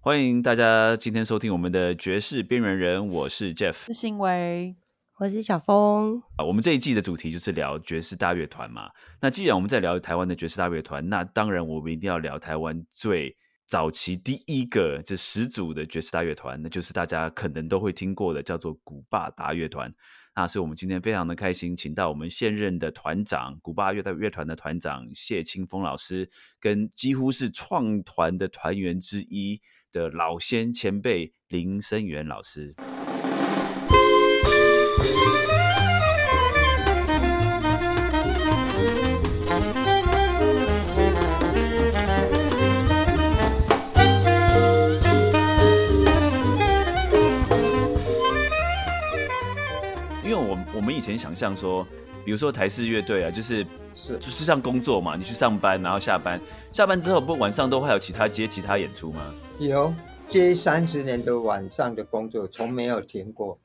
欢迎大家今天收听我们的爵士边缘人，我是 Jeff。是行为，我是小峰，啊，我们这一季的主题就是聊爵士大乐团嘛。那既然我们在聊台湾的爵士大乐团，那当然我们一定要聊台湾最早期第一个这始祖的爵士大乐团，那就是大家可能都会听过的，叫做古巴大乐团。那所以我们今天非常的开心，请到我们现任的团长，古巴乐队乐团的团长谢清峰老师，跟几乎是创团的团员之一的老先前辈林生元老师。因为我我们以前想象说，比如说台式乐队啊，就是是就是像工作嘛，你去上班，然后下班，下班之后不晚上都还有其他接其他演出吗？有接三十年的晚上的工作，从没有 停过，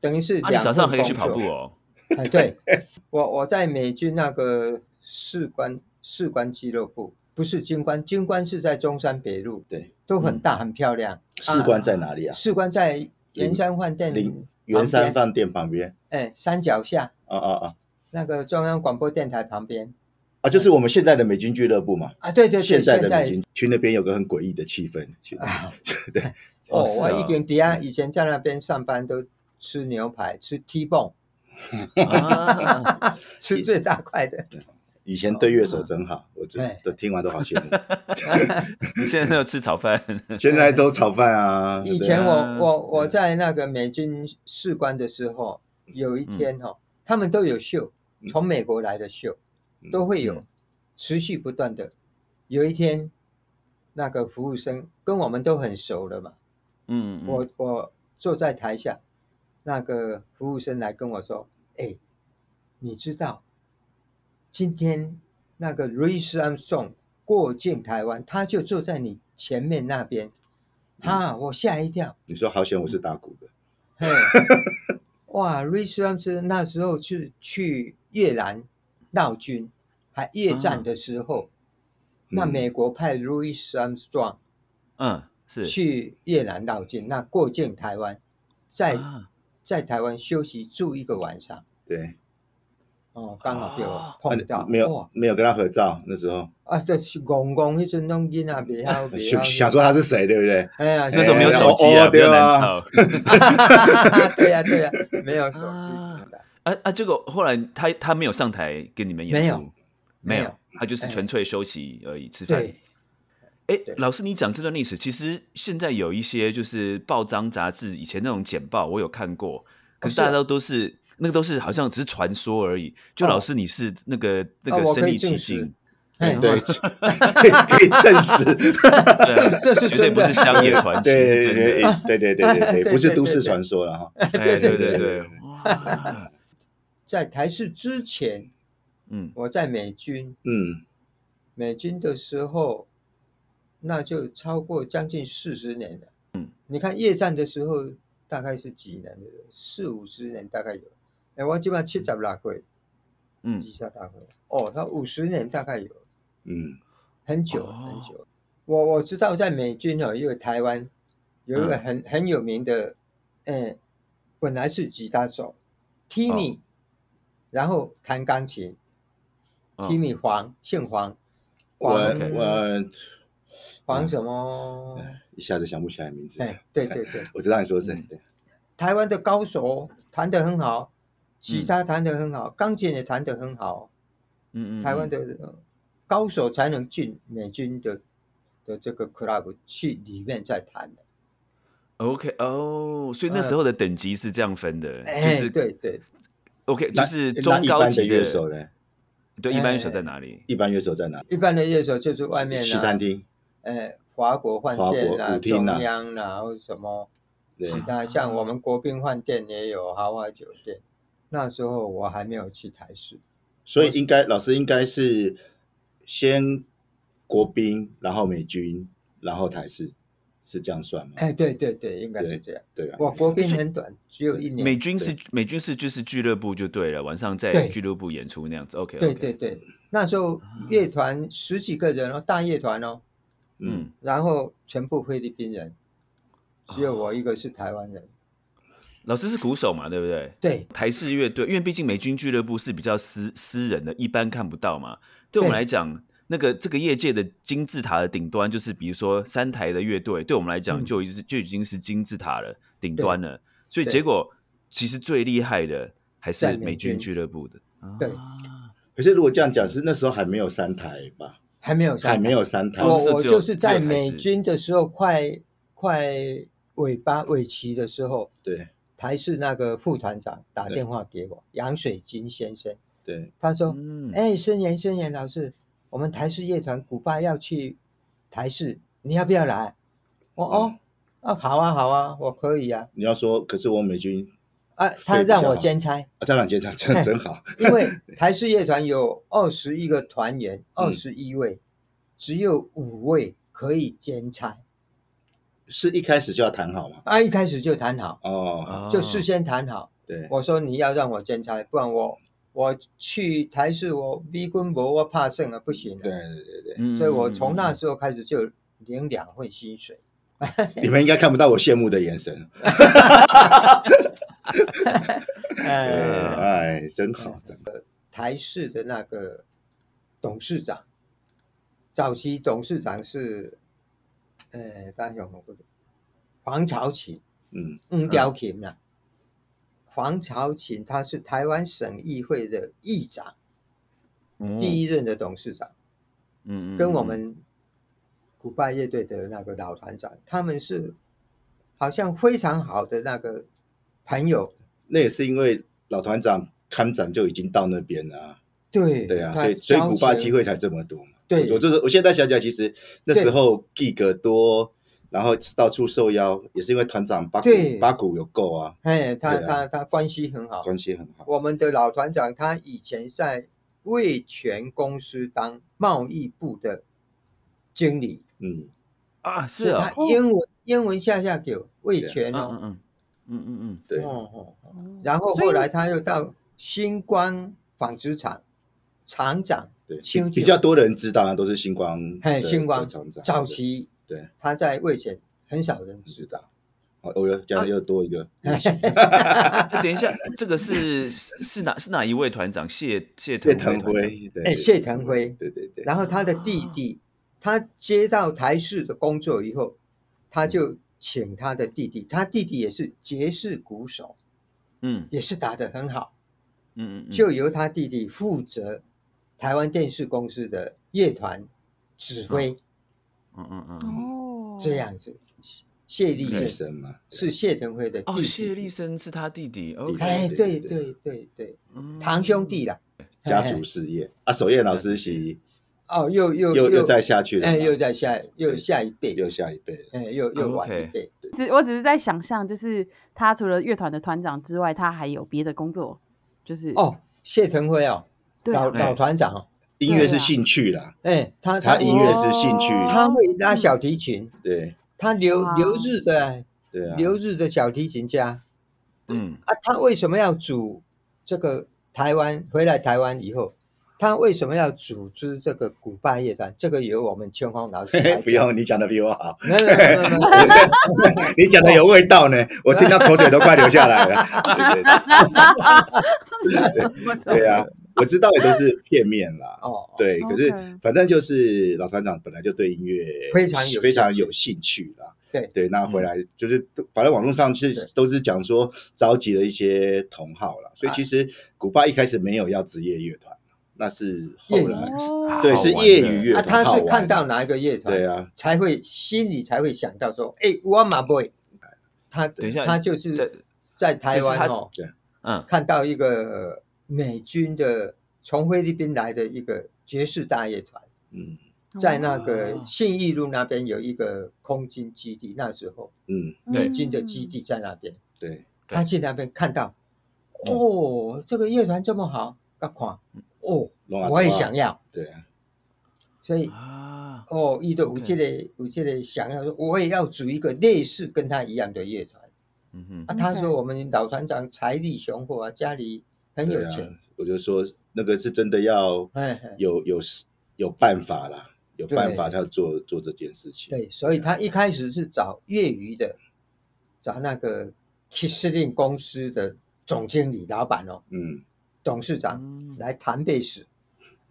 等于是啊，你两早上还可以去份跑工步作。哦。哎，对， 我我在美军那个士官士官俱乐部，不是军官，军官是在中山北路，对，都很大嗯很漂亮。士官在哪里啊？士官在圆山饭店林旁圆山边饭店旁边。哎山脚下啊啊啊那个中央广播电台旁边啊！就是我们现在的美军俱乐部嘛。啊，对对对，现现啊在的美军去那边有个很诡异的气氛。去对，哦，是我啊以前底下以前在那边上班都吃牛排，吃 T 泵，啊，吃最大块的。以前对乐手真好，我真啊对都听完都好羡 慕。你现在要吃炒饭，嗯现在都炒饭啊。以对前啊我我我在那个美军士官的时候，有一天哦，他们都有秀，从美国来的秀嗯都会有嗯，持续不断的。有一天，那个服务生跟我们都很熟了嘛，嗯，嗯我我坐在台下，那个服务生来跟我说：“哎，你知道今天那个 Louis Armstrong 过境台湾，他就坐在你前面那边。”嗯啊！我吓一跳，你说好险我是打鼓的， 嘿，哇，Louis Armstrong 那时候去去越南闹军，还越啊战的时候，那嗯美国派 Louis Armstrong 嗯是去越南绕境，那过境台湾，在、啊在台湾休息住一个晚上，对，哦，刚好被我哦啊碰到，没哇有没有跟他合照那时候，啊，这是公公那阵弄囡啊，别要别想要，想说他是谁，对不对？哎呀，那时候没有哎手机哦啊，哦不要对难啊哎炒。对呀对呀，没有手机，啊啊啊！结果后来他他没有上台跟你们演出，没有没没有有他就是哎纯粹休息而已，吃饭。对，哎对，老师，你讲这段历史，其实现在有一些就是报章杂志以前那种简报，我有看过，可是是啊大家都都是、那个都是好像只是传说而已。就哦老师你是那个、那哦个我身可以临其证实境，哎啊 对，可以可以证实，对啊， 这是绝对真不的是乡野传奇，对是对真对的。对对对对，不是对对都市对传说了哈。哎，对对对对对，哇，在台视之前，嗯我在美军，嗯，美军的时候，那就超过将近四十年了。嗯，你看越战的时候大概是几年？四五十年大概有。哎，我基本上七十六岁，嗯七，十六岁。哦，他五十年大概有，嗯，很久哦很久。我我知道在美军哦，因为台湾有一嗯个很、很有名的，哎，本来是吉他哦手 Timmy，、然后弹钢琴、哦 Timmy 黄姓黄，我黄嗯我黄什么？一下子想不起来名字。哎，对对对，我知道你说谁嗯，对台湾的高手弹得很好，吉他弹得很好，钢琴也弹得很好，嗯嗯嗯，台湾的的呃高手才能进美军的的这个 club 去里面再弹的。嗯 OK 哦，所以那时候的等级是这样分的，就嗯哎，是对对， OK，就那是那中一高般级的乐手呢？对，一般乐哎手在哪里？一般乐手在哪？一般的乐手就是外面西啊，餐厅，哎，法国饭店华国啊，舞厅中啊央啊，然后什么对其，他，像我们国宾饭店也有豪华酒店。那时候我还没有去台视，所以应该老师应该是先国兵，然后美军，然后台式，是这样算吗？哎，对对对，应该是对这样。对啊，我国宾很短，只有一年。美军是美军是就是俱乐部就对了，晚上在对俱乐部演出那样子。OK，对对对，那时候乐团十几个人哦，大乐团哦，嗯，然后全部菲律宾人，只有我一个是台湾人。老师是鼓手嘛，对不对？对，台式乐队，因为毕竟美军俱乐部是比较私私人的，一般看不到嘛。对我们对来讲，那个这个业界的金字塔的顶端，就是比如说三台的乐队，对我们来讲嗯就已经是、就已经是金字塔了，顶对端了。所以对结果其实最厉害的还是在美美军军俱乐部的。对啊可是如果这样讲，是那时候还没有三台吧？还没有上还台没有三台，哦那时我候我只有就是在只有台美式军的时候，快快尾巴尾期的时候，对台式那个副团长打对电话给我，杨水金先生，对，他说：“嗯，哎、孙岩孙岩老师，我们台式乐团古巴要去台式，你要不要来？”我嗯哦，啊好啊好啊，我可以啊你要说，可是我美军啊，他睡比较让我好兼差，啊，张朗杰长哎真真好，因 为台式乐团有二十一个团员，嗯二十一位，只有五位可以兼差，是一开始就要谈好嘛？啊一开始就谈好。啊哦，哎就事先谈好。对，我说你要让我兼差，不然我我去台式我 V 军博我怕剩啊，不行对啊。对对对，嗯，所以我从那嗯时候开始就领两份薪水。你们应该看不到我羡慕的眼神，对哎，哎，真好，真好，台式的那个董事长，早期董事长是，呃，刚有某个黄朝琴，嗯，嗯，标琴啊。黄朝琴他是台湾省议会的议长，嗯第一任的董事长。嗯嗯跟我嗯们古拜乐队的那个老团长，他们是好像非常好的那个朋友。那也是因为老团长看展就已经到那边了啊，对对啊，他所以所以交古巴情机会才这么多嘛。对我就是我现在想起来，其实那时候 gig 多，然后到处受邀，也是因为团长八股对八股有够啊，哎，他、对啊他他关系很好。关系很好。我们的老团长他以前在味全公司当贸易部的经理，嗯，啊是啊他，哦英文英文下下给味啊全嗯哦嗯，嗯嗯嗯嗯，对，哦哦哦哦然后所以后来他又到星光纺织厂厂长，对，清比酒比较多人知道啊，都是星光的，嘿，星光的厂长早期对，他在味全很少人对知知道。道。哦，我又这啊样又多一个，哎那等一下，这个是是是哪是哪一位团长？谢谢谢腾辉腾团长，辉，对哎，谢腾，辉，对对对对，然后他的弟哦弟，他接到台视的工作以后，他嗯就请他的弟弟，他弟弟也是爵士鼓手，嗯也是打得很好，嗯嗯嗯，就由他弟弟负责台湾电视公司的乐团哦指挥，嗯嗯嗯嗯。哦，这样子。谢立医胜生嘛，是谢腾辉的弟哦，弟，谢立生是他弟弟，OK，哎，对对对对对对，嗯堂兄弟啦， 家嘿嘿族事业啊，守夜老师是哦，又又又又再下去了嘛，哎，又在下又下一辈，又下一辈了，哎，又又晚一 OK 辈，只我只是在想象，就是他除了乐团的团长之外，他还有别的工作，就是，哦，谢腾辉哦，对啊老哎老团长哦，音乐对是啊兴趣啦，哎，他他音乐是兴趣，哦他会拉小提琴，对他留哇留日的对啊， 留日的小提琴家嗯，啊，他为什么要组这个台湾回来台湾以后？他为什么要组织这个古巴乐团？这个由我们千芳老师嘿来嘿讲不用，你讲的比我好，没有，没有没有没有 你讲的有味道呢，我听到口水都快流下来了。 对对对对啊，我知道也都是片面啦。哦，对，可是 OK 反正就是老团长本来就对音乐非常有非常兴趣有兴趣啦。对对，那回来就是反正网络上对是都是讲说召集了一些同好啦，啊所以其实古巴一开始没有要职业乐团，那是后来哦，对啊好是玩业的余乐啊，他团，好是玩看到哪一个乐团？对啊，才会心里才会想到说，哎、我马 boy，他等一下他就在是在台湾哦，嗯看到一个美军的从菲律宾来的一个爵士大乐团，嗯在那个哦信义路那边有一个空军基地，那时候嗯，对美军的基地在那边，对，他去那边看到，哦，这个乐团这么好，啊，看，哦，龙阿我也多啊想要，对啊，所以啊，哦，伊都有 OK 这个有这个想要说，我也要组一个类似跟他一样的乐团。嗯啊，哼，他说 OK 我们老船长财力雄厚啊，家里很有对啊钱，，我就说那个是真的要哎、嘿有有有办法啦，有办法才做做这件事情。对，所以他一开始是找业余的，找那个 Kissing 公司的总经理、老板哦、嗯董事长嗯来谈贝斯。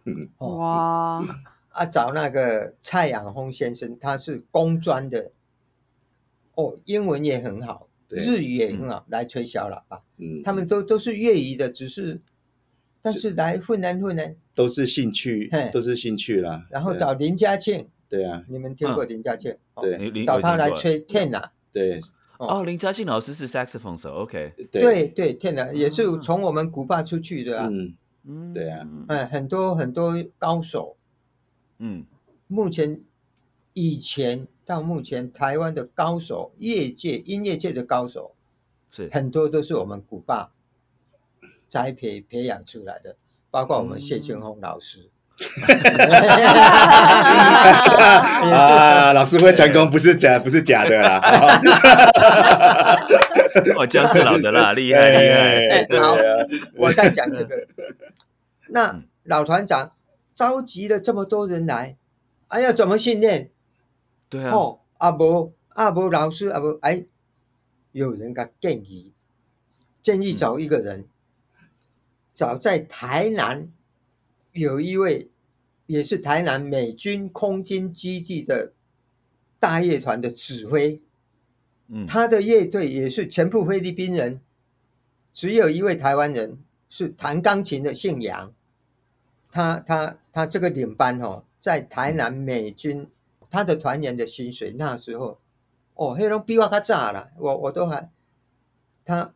嗯哦，哇，啊，找那个蔡养峰先生，他是工专的，哦，英文也很好，对日语也很好，来吹小喇叭，嗯，他们都都是业余的，只是但是来混来混来，都是兴趣嘿，都是兴趣啦。然后对啊找林家庆，对啊，你们听过林家庆？哦对林林找有他听来过吹啊 tenor，对哦，林嘉欣老师是 saxophone 手，OK，对对 tenor 也是啊从我们古巴出去的啊，嗯，嗯，对啊嗯哎，很多很多高手，嗯，目前以前到目前台湾的高手，业界音乐界的高手。是，很多都是我们古爸栽培培养出来的，包括我们谢清宏老师。啊，老师会成功不是假不是假的啦，哦，姜是老的啦，厉害厉害，哎 对啊，我在讲这个。那嗯老团长召集了这么多人来，哎呀，怎么训练？对啊，哦，阿伯阿伯老师阿伯，哎，有人给他建议，建嗯议找一个人，找在台南有一位也是台南美军空军基地的大乐团的指挥，嗯，他的乐队也是全部菲律宾人，只有一位台湾人是弹钢琴的姓杨，他他他这个领班哦，在台南美军，他的团员的薪水那时候，哦，黑龙比我较早啦，我我都还，他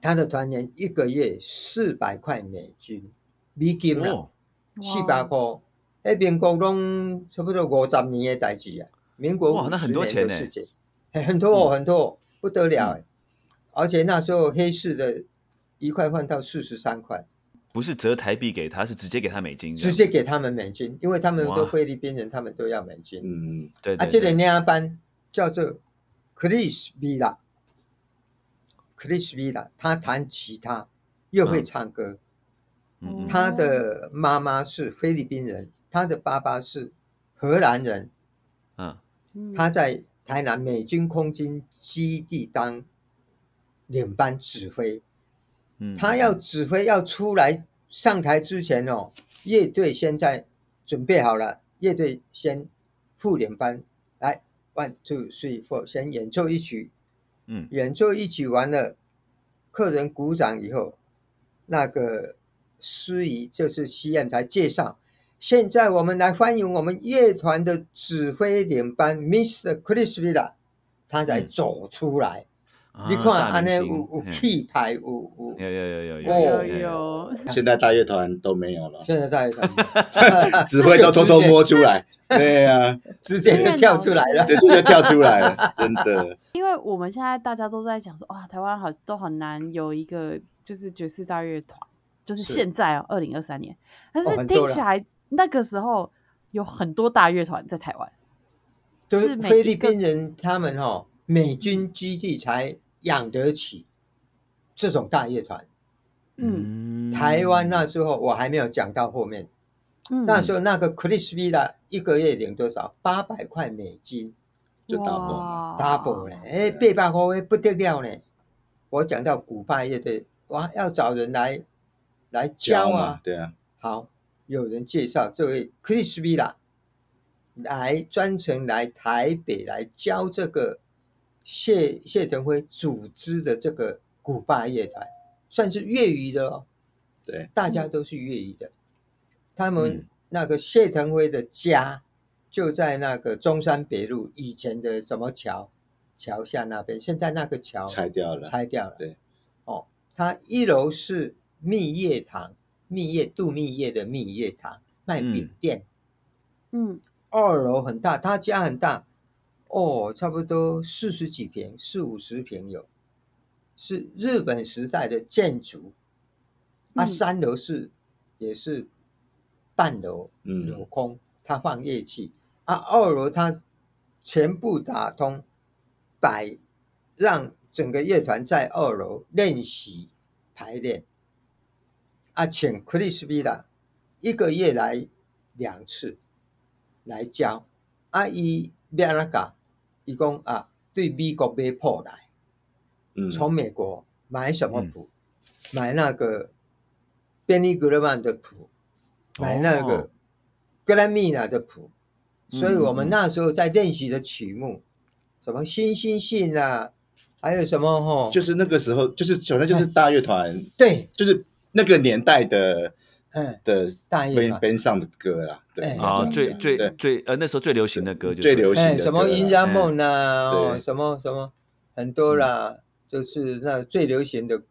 他的团员一个月四百块美金，美金啊啦，哦，四百哇块，那民国拢差不多五十年的代志啊，民国哇那很多50年的钱呢事情嘿很多哦嗯很多哦不得了哎，而且那时候黑市的一块换到四十三块，不是折台币给他，是直接给他美金这直样，接给他们美金，因为他们哇都菲律宾人，他们都要美金。嗯，对啊，对，这个对那班叫做 Chris Villa，Chris Villa，他弹吉他又会嗯唱歌，嗯嗯他的妈妈是菲律宾人，他的爸爸是荷兰人。嗯，嗯他在台南美军空军基地当领班指挥，嗯他要指挥要出来上台之前哦，乐队现在准备好了，乐队先副领班来 one two three four 先演奏一曲，嗯演奏一曲完了，客人鼓掌以后，那个司仪就是西燕才介绍，现在我们来欢迎我们乐团的指挥领班 Mr. Chris Villa，他才嗯走出来。啊你看，安尼大有明星有嘿气派，有有。有有有有哦有有有， 现在大乐团都没有了，现在在 指挥都偷偷摸出来，对啊，直接，直接就跳出来了。对，这就跳出来了，真的，因为我们现在大家都在讲说，哇，台湾好都很难有一个就是爵士大乐团，就是是现在哦，二零二三年，但哦是很听多起啦来那个时候有很多大乐团在台湾，都是是每菲一律个宾人，他们哦，美军基地才养得起这种大乐团。嗯嗯台湾那时候我还没有讲到后面，嗯，那时候那个 Chris Villa 一个月领多少？八百块美金就 double 嗯哇嘛，double 呢？哎，八百块不得了呢！我讲到古巴乐队，哇，要找人来来教教啊嘛，。对啊，好，有人介绍这位 Chris Villa 来专程来台北来教这个谢谢腾辉组织的这个古巴乐团，算是粤语的哦，对，大家都是粤语的。他嗯们那个谢腾辉的家就在那个中山北路以前的什么桥桥下那边，现在那个桥啊拆掉了，拆掉了。对，哦，它一楼是蜜月堂，蜜月度蜜月的蜜月堂卖饼嗯店，嗯二楼很大，他家很大，哦，差不多四十几平，四五十平有，是日本时代的建筑。啊，嗯三楼是也是半楼，镂嗯空，它放乐器。啊，二楼它全部打通，摆让整个乐团在二楼练习排练。啊，请 Chris Villa 一个月来两次，来教，啊，伊要安怎教？伊讲啊，对美国买谱来。嗯，从美国买什么谱？买那个便利格勒曼的谱，买那哦个格莱米娜的谱。嗯所以我嗯们嗯那时候在练习的曲目，什么星星信啊，还有什么吼，就是那个时候，就是反正就是大乐团，对，就是那个年代的嗯，的大乐边团，边上的歌啦，对哎应该啊，这样最讲最对最呃那时候最流行的歌就是最流行的哎，歌啦，什么《银家梦》呐，对嗯哦，什么什么很多啦，就是那最流行的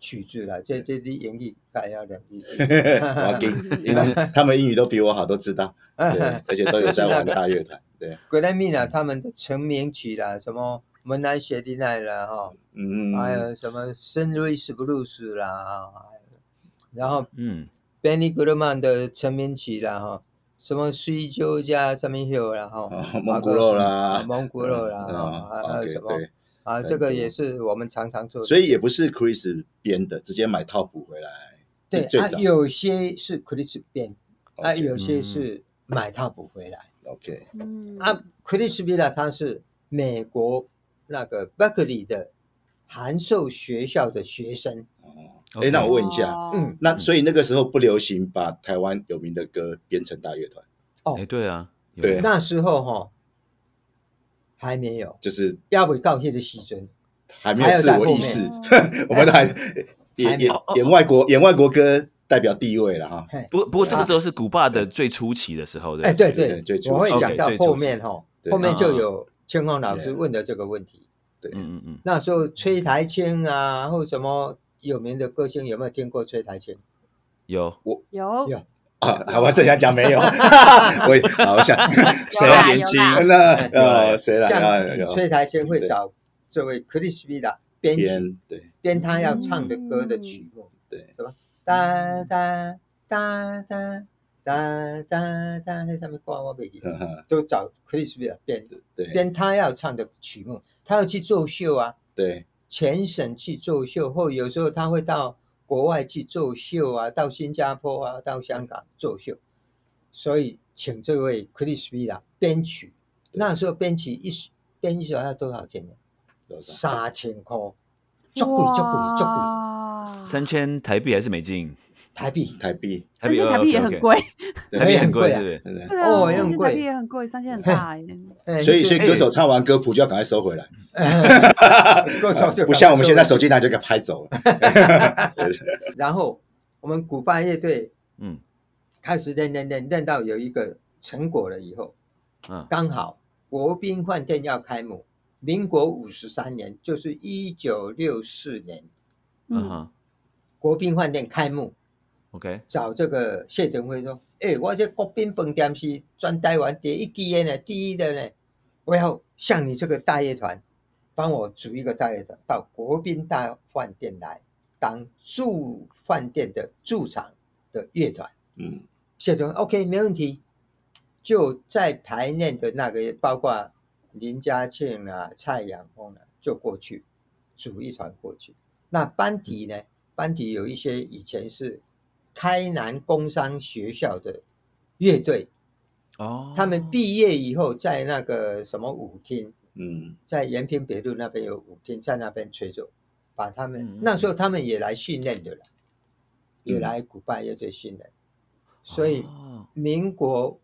曲子啦，这这啲演绎改要两句。嗯 我给，因为他们英语都比我好，都知道， 对，而且都有在玩大乐团，对，格莱美啦，他们的成名曲啦，什么《门南雪地奈》啦，哈，嗯，还有什么《圣路易斯布鲁斯》啦，啊还有然后嗯 Benny Goodman 的成名曲啦，哈，什么《水酒加什么 hill》啦，哈，哦蒙古肉啦啊，蒙古肉啦，嗯哈，还还有 OK，什么对，啊？很这个多也是我们常常做的。所以也不是 Chris 编的，直接买套谱回来，对最啊，早有些是 Chris 编，啊， OK，有些嗯是买他补回来。 OK，嗯啊，克里斯比拉他是美国那个伯克利的函授学校的学生，哦， OK 哎，那我问一下，哦嗯，那所以那个时候不流行把台湾有名的歌编成大乐团，哦哎，对啊，有对那时候哈、还没有，就是要不到迄个时阵，还没有自嗯我意嗯识， 我们哎还演演哦哦演外国演外国歌代表地位了哈，嘿，不过不过这个时候是古巴的最初期的时候，对啊哎，不对，对对对最，初我会期讲 OK，到最初后期面哈、对后面就啊有千芳老师 Yeah 问的这个问题。对，嗯嗯那时候崔台青啊，或什么有名的歌星，有没有听过崔台青？嗯，有有有啊，我正想讲没有， 我也好我想有谁来啦？年轻有啦 那呃谁来啊？像有崔台青会对找这位克里斯比拉编曲编对 编他要唱的歌的曲目，嗯对，哒哒哒哒哒哒哒，在上面挂我背景，呵呵都找 Chris b 编的，嗯对编他要唱的曲目，他要去作秀啊，对全省去作秀，或有时候他会到国外去作秀啊，到新加坡啊，到香港作秀，所以请这位 Chris b 编曲，对那时候编曲一首编一首要多少钱呢？多少三千块，足贵足贵足贵，哇三千台币还是美金？台币。台币？台三千台币也很，贵，哦，OK，OK 台币很贵对是啊不是？对不对对啊哦也三很千贵台币也很贵，三千很 大耶。嗯哎所以，所以就哎歌手唱完歌谱就要赶快收回来， 啊歌手就不像我们现在赶快手机拿就给拍走了。收了。然后我们古巴乐队嗯开始练练练练到有一个成果了以后，嗯刚好国宾饭店要开幕，民国五十三年，就是一九六四年，嗯嗯，哼国宾饭店开幕， ，OK，找这个谢腾辉说：“哎、我这国宾饭店是全台湾第一支的呢，第一的呢，我要向你这个大乐团，帮我组一个大乐团到国宾大饭店来当驻饭店的驻场的乐团。嗯，”谢腾辉 OK 没问题，就在排练的那个包括林家庆啊、蔡阳峰啊，就过去组一团过去。那班底呢？班底有一些以前是开南工商学校的乐队，哦，他们毕业以后在那个什么舞厅，嗯，在延平北路那边有舞厅，在那边吹奏，把他们嗯嗯那时候他们也来训练的了，也嗯来古巴乐队训练，所以哦民国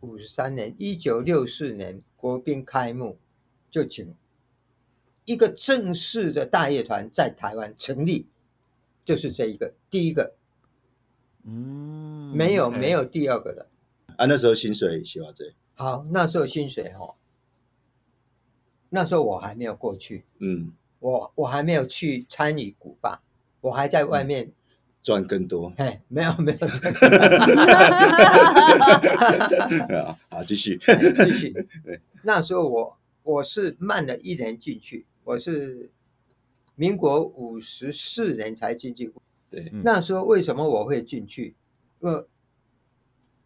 五十三年，一九六四年国宾开幕，就请一个正式的大乐团在台湾成立，就是这一个第一个，嗯没有 OK 没有第二个了。啊，那时候薪水希望这，好，那时候薪水哈，那时候我还没有过去，嗯，我我还没有去参与古巴，我还在外面，。赚更多嘿，没有没有这个。啊，好，继续。继 续。那时候我我是慢了一年进去，我是民国五十四年才进去。对，嗯那时候为什么我会进去？因为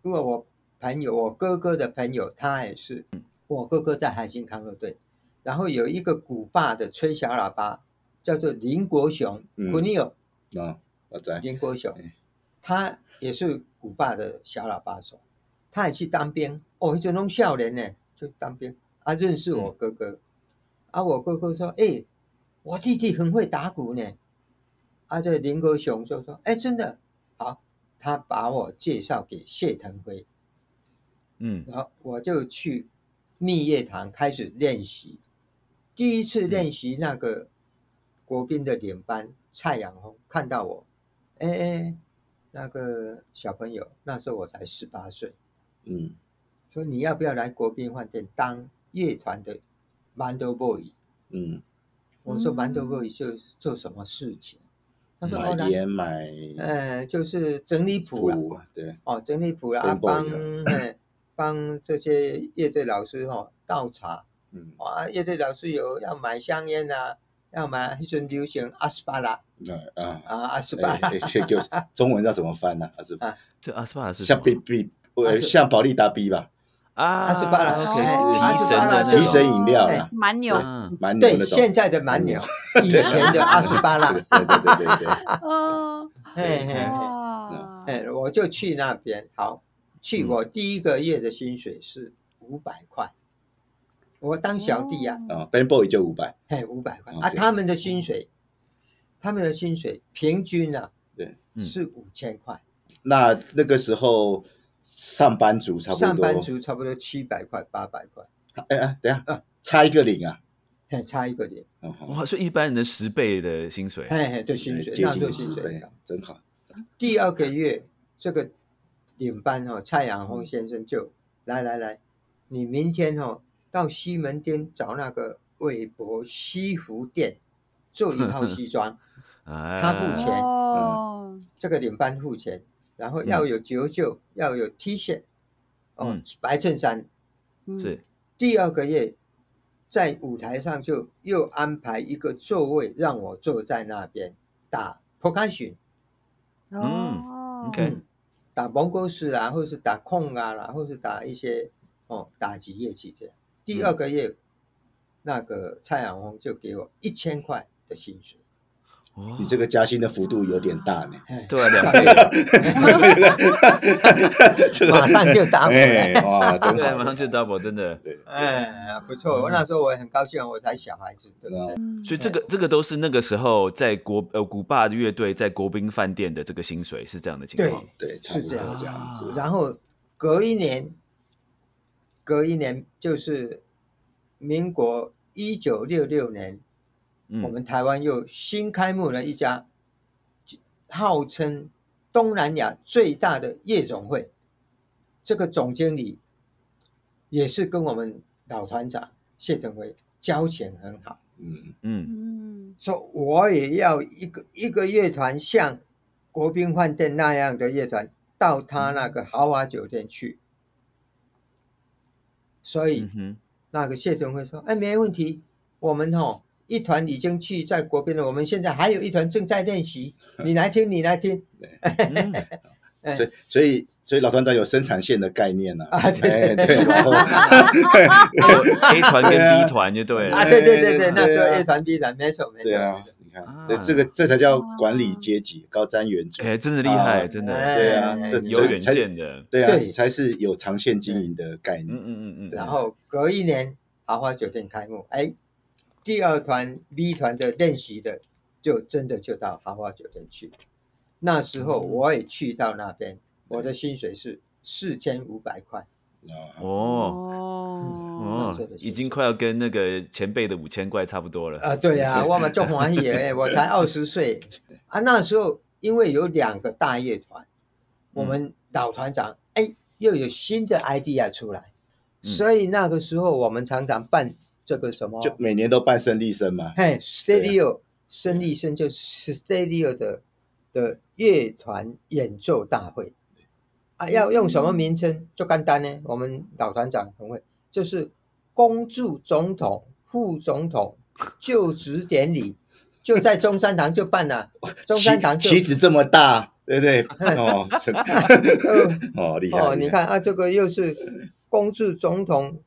因为我朋友，我哥哥的朋友，他也是，我哥哥在海星康乐队，然后有一个古巴的吹小喇叭，叫做林国雄，嗯古尼尔啊，我在。林国雄哎，他也是古巴的小喇叭手。他也去当兵，哦，迄阵拢少年呢，就当兵，啊，认识我哥哥，嗯啊，我哥哥说，哎、我弟弟很会打鼓呢，啊，这林国雄就说，哎、真的，好，他把我介绍给谢腾辉，嗯然后我就去蜜月堂开始练习，第一次练习那个国宾的领班蔡阳红看到我，哎哎，那个小朋友，那时候我才十八岁，嗯说你要不要来国宾饭店当乐团的 Mando Boy？嗯，我说嗯 Mando Boy 就做什么事情？他说哦，买来，烟买呃，就是整理谱啦。土，对，哦，整理谱啦，跟啊 boy 帮一嘿帮这些乐队老师哦倒茶。嗯，哦啊，乐队老师有要买香烟啊，要买迄阵流行阿斯巴拉那啊，啊，阿斯巴哎，拉，哎就是中文叫怎么翻呢？还是这阿斯巴拉是什像么比比它呃是像保利达 B 吧，啊？阿斯巴拉哦提神的那提种神饮料哎啦，蛮牛，嗯蛮牛对，那种。现在的蛮牛，以前的阿斯巴拉，嗯 对对对对对，嗯，嘿嘿嘿，哇，哎，我就去那边，好，去嗯我第一个月的薪水是五百块，我当小弟哦呀、啊，Ben Boy 就五百，嘿，五百块哦啊，对他们的薪水，他们的薪水平均啊，对，嗯是五千块，那那个时候上班族差不上班多，族差不多七百块、八百块，哎哎，等一下啊差一个零啊，嘿，差一个点，哦好哇，所以一般人的十倍的薪水啊，嘿嘿，对薪水，接那时候近薪十水倍，，真好，第二个月，这个领班哦，蔡阳红先生就来来来，你明天哦到西门町找那个韦伯西服店做一套西装，他付钱哦，这个领班付钱，然后要有九九，要有 T 恤，哦，嗯白衬衫。嗯是第二个月在舞台上就又安排一个座位让我坐在那边打 percussion，哦 OK 嗯打蒙古式啊，或是打控啊啦，或是打一些哦打击乐器这样。第二个月，那个蔡永红就给我一千块的薪水，哇你这个加薪的幅度有点大呢，哎对啊两上倍面 这 个马上就打补哎了。哇，真对，好，马上就 double，真的。对，哎，不错，我那时候我也很高兴，啊我才小孩子，对不对？嗯所以这个这个都是那个时候在国呃古巴的乐队在国宾饭店的这个薪水是这样的情况对，对，差是不这多样这样子。然后隔一年，隔一年就是民国一九六六年，嗯我们台湾又新开幕了一家号称东南亚最大的夜总会，这个总经理也是跟我们老团长谢腾辉交情很好，嗯，嗯嗯说我也要一个一个乐团像国宾饭店那样的乐团到他那个豪华酒店去，所以。嗯哼那个谢总会说：“哎，没问题，我们哦一团已经去在国边了，我们现在还有一团正在练习，你来听，你来听。嗯，哎所以所以所以老团长有生产线的概念呢，啊对哎对，然后有 A 团跟对啊 B 团就对”啊，了，对对对对，对那时候对啊 A 团 B 团，没错没错。对啊，你看啊，这这个这才叫管理阶级，高瞻远瞩，哎，真的厉害，啊真的哎对啊，哎这有远才见的，对啊，对才是有长线经营的概嗯念。嗯嗯嗯，然后隔一年豪华酒店开幕，哎，第二团 B 团的练习的就真的就到豪华酒店去。那时候我也去到那边，我的薪水是四千五百块。啊哦。哦哦，已经快要跟那个前辈的五千块差不多了。啊，对呀、我们就欢喜哎，我才二十岁啊，那时候因为有两个大乐团，我们老团长哎又有新的 idea 出来，嗯所以那个时候我们常常办这个什么，就每年都办胜利生嘛，嘿啊 stereo 生力声就是 stereo 的的乐团演奏大会啊，要用什么名称？就简单呢，我们老团长很会，就是恭祝总统、副总统就职典礼，就在中山堂就办了，中棋山堂就棋子这么大，对不对？哦，真 哦，厉害哦，厉你害看啊，这个又是恭祝总统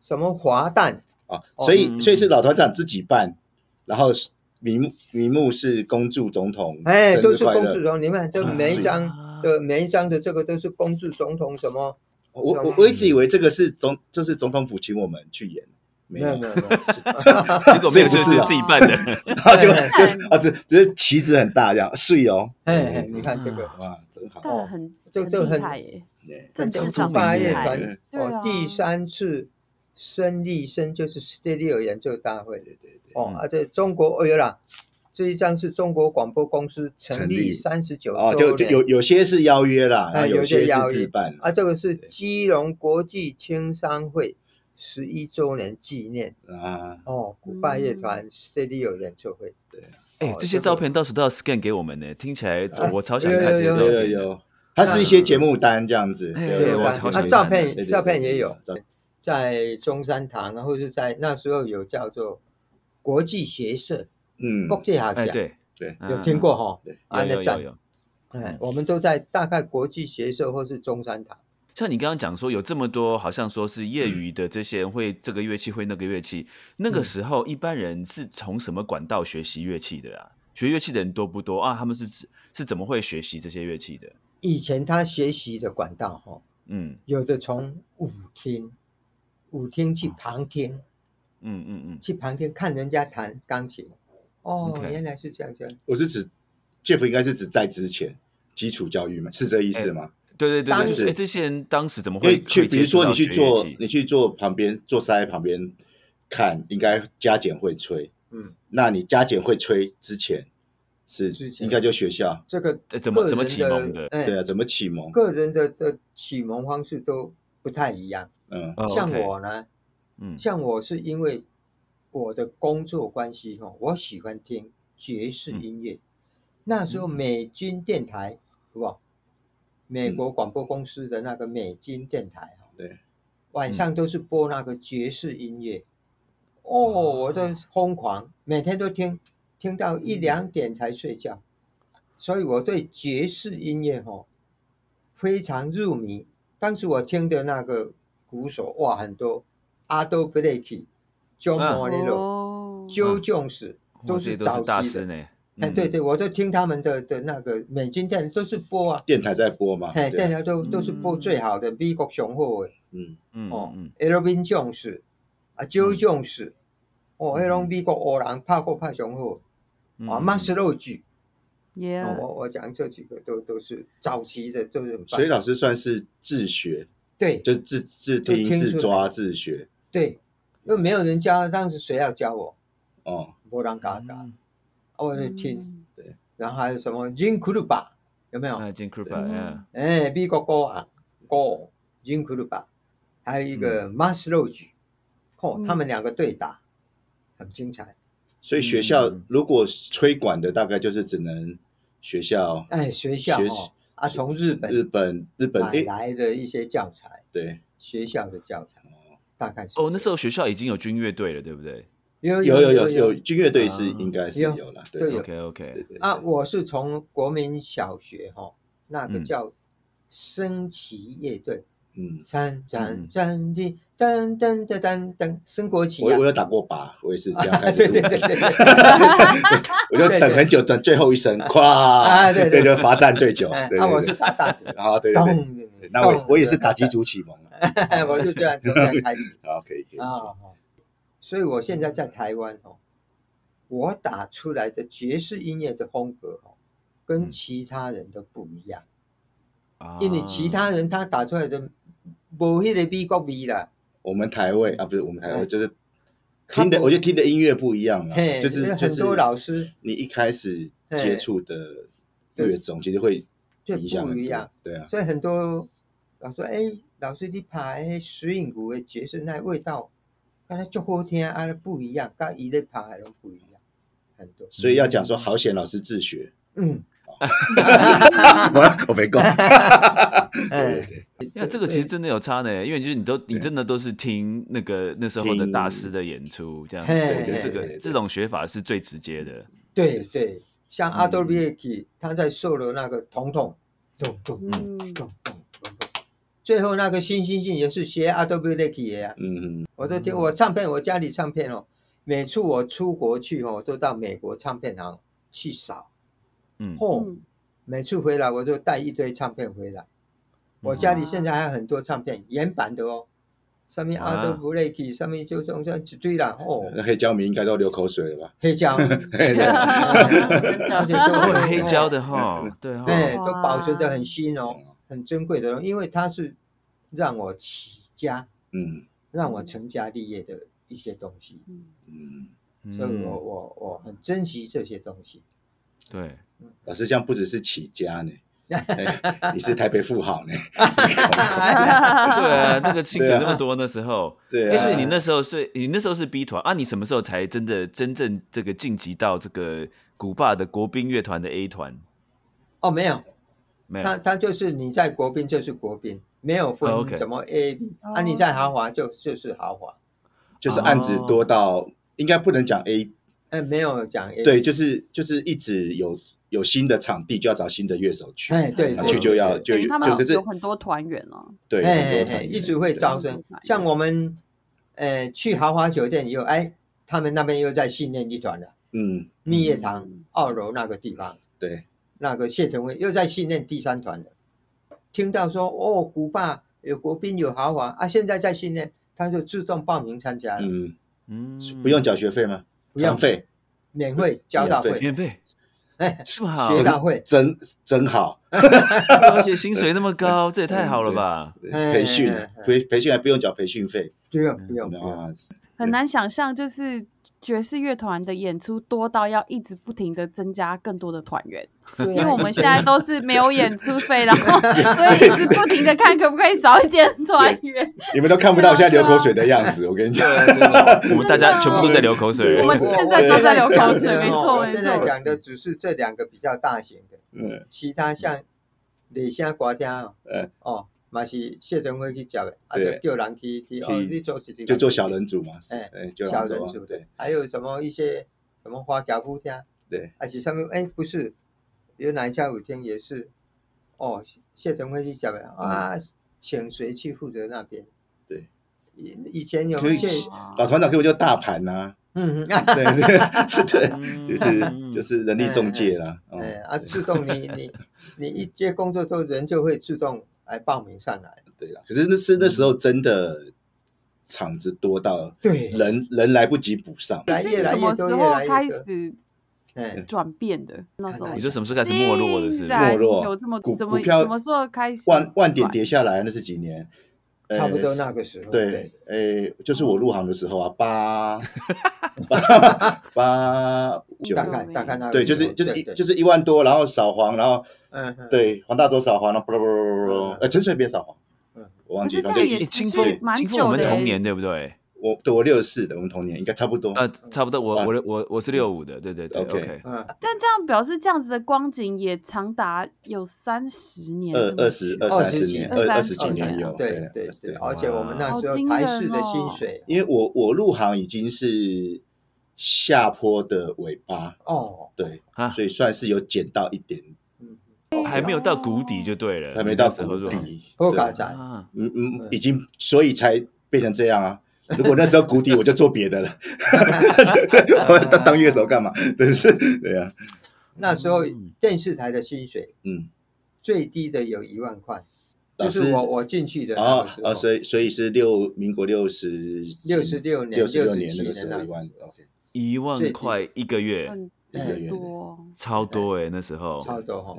什么华诞，哦，哦所以嗯所以是老团长自己办，然后是名目名目是恭祝总统，哎，生都日是快恭乐祝总统，你看这啊每一是张的每一张的这个都是恭祝总统什么我我我一直以为这个是总就是总统府请我们去演，没没有有没，有，没有 结果没有，就所以是不是啊自己办 的。然后 就哎就啊，只只是旗子很大这样，睡哦，哎哎，你看这个哇，真好大哦的，很这很这厉很害耶，对政治聪上明八很耶乐厉团害，对对啊哦，第三次生力生就是 s t e d i o 演奏大会对对对，哦嗯，而且中国哦有啦，这一张是中国广播公司成成立立三十九哦，周就就有年，有些是邀约啦，然哎后有些些邀是约自办，啊，这个是基隆国际青商会十一周年纪念啊，哦，古巴嗯乐团 s t e d i o 演奏会，哎，这些这个照片到时都要 scan 给我们呢，听起 来我超想啊有看这些有照有有片。有，它是一些节目单这样子，哎对对对我吧超喜啊欢照看对对片对照片对也有，照在中山堂啊，或者在那时候有叫做国际学社、嗯，国际学哎，社，对对，嗯有听过哈对？啊，有那有有站有。哎，我们都在大概国际学社或是中山堂。像你刚刚讲说，有这么多好像说是嗯业余的这些人会这个乐器会那个乐器，那个时候一般人是从什么管道学习乐器的啊？学乐器的人多不多啊？他们是是怎么会学习这些乐器的？以前他学习的管道哈，嗯有的从舞厅，舞厅去旁听，嗯嗯嗯，去旁听看人家弹钢琴。哦 OK 原来是这样这样。我是指 Jeff 应该是指在之前基础教育嘛，是这意思吗？对对对当对，就是时哎，这些人当时怎么因会为去，会比如接触说到你去学乐做，器你去坐旁边坐塞旁边看，应该加减会吹。嗯，那你加减会吹之前是之前应该就学校这个呃怎么个怎么人启蒙的哎对啊，怎么启蒙？个人的的启蒙方式都不太一样。嗯哦像 OK，我呢，嗯像我是因为我的工作关系哈，我喜欢听爵士音乐。那时候美军电台，好不好？美国广播公司的那个美军电台哈，对，晚上都是播那个爵士音乐。哦，我的疯狂，每天都听，听到一两点才睡觉。所以我对爵士音乐哈、非常入迷。当时我听的那个鼓手哇，很多阿多布雷克、John 嗯 Morello、哦， Joe Jones 哇都哦这些是都是大早期师的。呢。哎，嗯对，对，我都听他们的的那个美金电都是播啊，电台在播嘛？哎，对电啊，台都都是播嗯最好的美国雄厚的嗯，嗯哦嗯， ，Elvin Jones 啊，Joe 嗯 Jones，哦，迄嗯种美国黑人拍鼓拍雄厚嗯啊嗯，Maslow 耶，哦，我我讲这几个都都是早期的，都是很棒所以老师算是自学，对就自自就听、听自出来抓、自学。对，因为没有人教，当时谁要教我？哦，没人教教，啊嗯我就听。嗯然后还有什么 Jim c r u b a 有没有？啊，Jim Krupa，嗯嗯哎，美国歌啊，歌 Jim c r u b a 还有一个 Maslow，哦，他们两个对打，很精彩。所以学校嗯如果吹管的，大概就是只能学校、哎，学校学哦，啊，从日日本本、日本买诶，来的一些教材，对，学校的教材，大概是哦，那时候候学校已经有军乐队了，对不对有有有有有有有军乐队是啊应该是有有了，对有？OK 对 OK，对啊，对我是从国民小学哈、那个嗯叫升旗乐队，嗯，三嗯三三的噔噔噔噔噔，升国旗我啊我，有打过靶，我也是 这样开 对始录对的，对对对，我就等很久，等最后一声，咵，啊对对 对，就罚站最久，哎对啊，我对是对，打大鼓，然后对对对，咚，对那我也是我也是打击主，组启蒙 的，我就这样就这样开始好，可以 可以，哎啊、哦所以我现在在台湾哦，我打出来的爵士音乐的风格哦，跟嗯其他人都不一样。啊因为其他人他打出来的无迄个美国味啦，我们台位啊，不是我们台位，哎就是他听的，不我觉得听的音乐不一样啊嘿，，就是就很是多老师你一开始接触的嘿乐种，其实会就影响不很一多样，，对啊，所以很多老师哎、老师你拍迄水影鼓的爵士那味道，刚才足好听啊，不一样，甲伊咧拍的拢不一样，很多，所以要讲说好险老师 自学， 嗯，我我没够，对哎对，对，呀，这个其实真的有差呢，因为就是你都你对真的都是听那个那时候的大师的演出这样，嘿对，我觉得嘿这个嘿这种学法是最直接的。对对，像阿多维奇他在受了那个统统咚咚咚嗯，咚咚咚咚，最后那个新星星也是学阿多维奇的啊。嗯嗯我都听嗯我唱片，我家里唱片哦，每次我出国去哦，都到美国唱片行去扫嗯，哦，嗯每次回来我就带一堆唱片回来，我家里现在还有很多唱片原版的哦，上啊面阿哇德布雷克，上面就中山一堆啦，哦，那黑胶迷应该都流口水了吧？黑 胶， 而且都哦很黑胶，的哦哈，对对，哈，都保存得很新哦哇，很珍贵的哦，因为它是让我起家、嗯让我成家立业的一些东西，嗯嗯，所以我嗯，我我很珍惜这些东西。对，老师这样不只是起 家呢，哎你是台北富豪呢？嗯 对啊，那个薪水这么多那时候，对哎，啊，所以你那时候是，你那时候是 B 团啊？你什么时候才真的真正这个晋级到这个古巴的国宾乐团的 A 团？哦，没有，没他有，他就是你在国宾就是国宾，没有哎哦分，OK 怎么 A B，哦啊，你在豪华就就是豪华，就是案子多哦到应该不能讲 A，哎，没有讲 A，对，，就是就是一直有有新的场地就要找新的乐手去，哎，对，啊对去就要对就等于他们就可是有很多团员哦，对，哎很哎多哎，团一员直会对啊招生对。像我们，呃，去豪华酒店以后，哎，他们那边又在训练一团了，嗯，蜜月堂嗯二楼那个地方，对，那个谢腾辉又在训练第三团了。听到说哦，古巴有国宾有豪华啊，现在在训练，他就自动报名参加了，嗯，嗯，不用缴学费吗？不用团费，免费交大免会，免费，哎，是吗？学大会，真真好，而且薪水那么 高，这也太好了吧？哎培训啊哎哎培培训还不用缴培训费不用不用不用，啊，很难想象就是爵士乐团的演出多到要一直不停的增加更多的团员，啊因因为我们现 在都是没有演出费，然后所以一直不停的看可不可以少一点团员。你们都看不到我现 在流口水的样子，我跟你讲，啊我们大家全部都在流口水我，们现在都在流口水，没错我没现在错。讲的只是这两个比较大型的， 嗯其他像李湘歌厅哦嗯，哦，嘛是谢腾辉去接的，啊就对叫人去去哦，去你做一个就做小人组嘛，哎哎，就小拿走人啊组的对，还有什么一些什么花侨舞厅，对，还是上面哎不是，有哪一家舞厅也是，哦，谢腾辉去接的啊，请谁去负责那边？嗯对以，以前有可一以些，老团长给我就大盘啊呐，嗯，嗯 对对对，嗯 就是就是人力中介啦，哦哎啊，自动你 你你一接工作之后，人就会自动来报名上来。对啦。可是那是那时候真的场子多到对人人来不及补上，来是越来什越么多，时越候来开越多。始哎，转变的？那时候你说什么时候开始没落的竟是？然没落啊有这么股怎股么票什么时候开始万万点转跌下来，那是几年？呃差不多那个时候。对，，诶，就是我入行的时候啊，八八八九，大概大概那个时候。对，就是就是一对就是一万多，然后扫黄，然后嗯，嗯，对黄大洲扫黄，然后不不不不嗯不，呃，陈水扁扫黄，嗯我忘记，可是反这正样诶也是清风蛮，清久风，我们的同欸年对不对？我对我六十四的，我们同年应该差不多。呃，差不多，我啊我我我是六五的，对对对 OK ，OK，嗯，但这样表示这样子的光景也长达有三十年二这么二十久二二三十十几年，二二三二十十几几年年有，对对对，而且我们那好时候惊台人式的薪哦水，因为我我入行已经是下坡的尾巴，哦，对，啊，所以算是有捡到一点，嗯，还没有到谷底就对了，还没到那时候谷就底，后对卡仔，啊，嗯嗯嗯，已经，所以才变成这样啊。如果那时候谷底，我就做别的了， 我当当乐手干嘛？真是对啊，那时候嗯电视台的薪水嗯，最低的有一万块，老就师是我我进去的然后那个啊，时候所以所以是六民国六十66年六十六年67那个时候年一万那，OK，一万最块一个月，哦很一个月内多超多哎，那时候差不多哈。啊，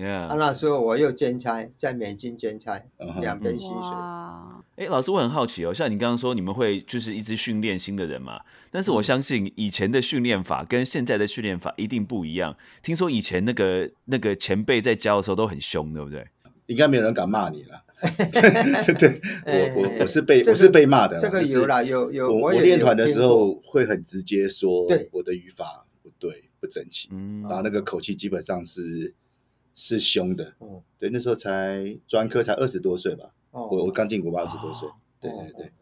，Yeah，那时候我又兼差，在缅军兼差嗯，哼两边薪水。 哇！哎，老师，我很好奇哦，像你刚刚说，你们会就是一直训练新的人嘛？但是我相信以前的训练法跟现在的训练法一定不一样。听说以前那个那个前辈在教的时候都很凶，对不对？应该没有人敢骂你 了。对，我我我是被哎这我个是被骂的啦，这个就是有啦，有有我也练有团的听时过候会很直接说对，我的语法不对，不整齐，嗯然后那个口气基本上是是凶的。嗯对，那时候才专科才二十多岁吧，哦，我我刚进国吧二十多岁哦。对哦对对，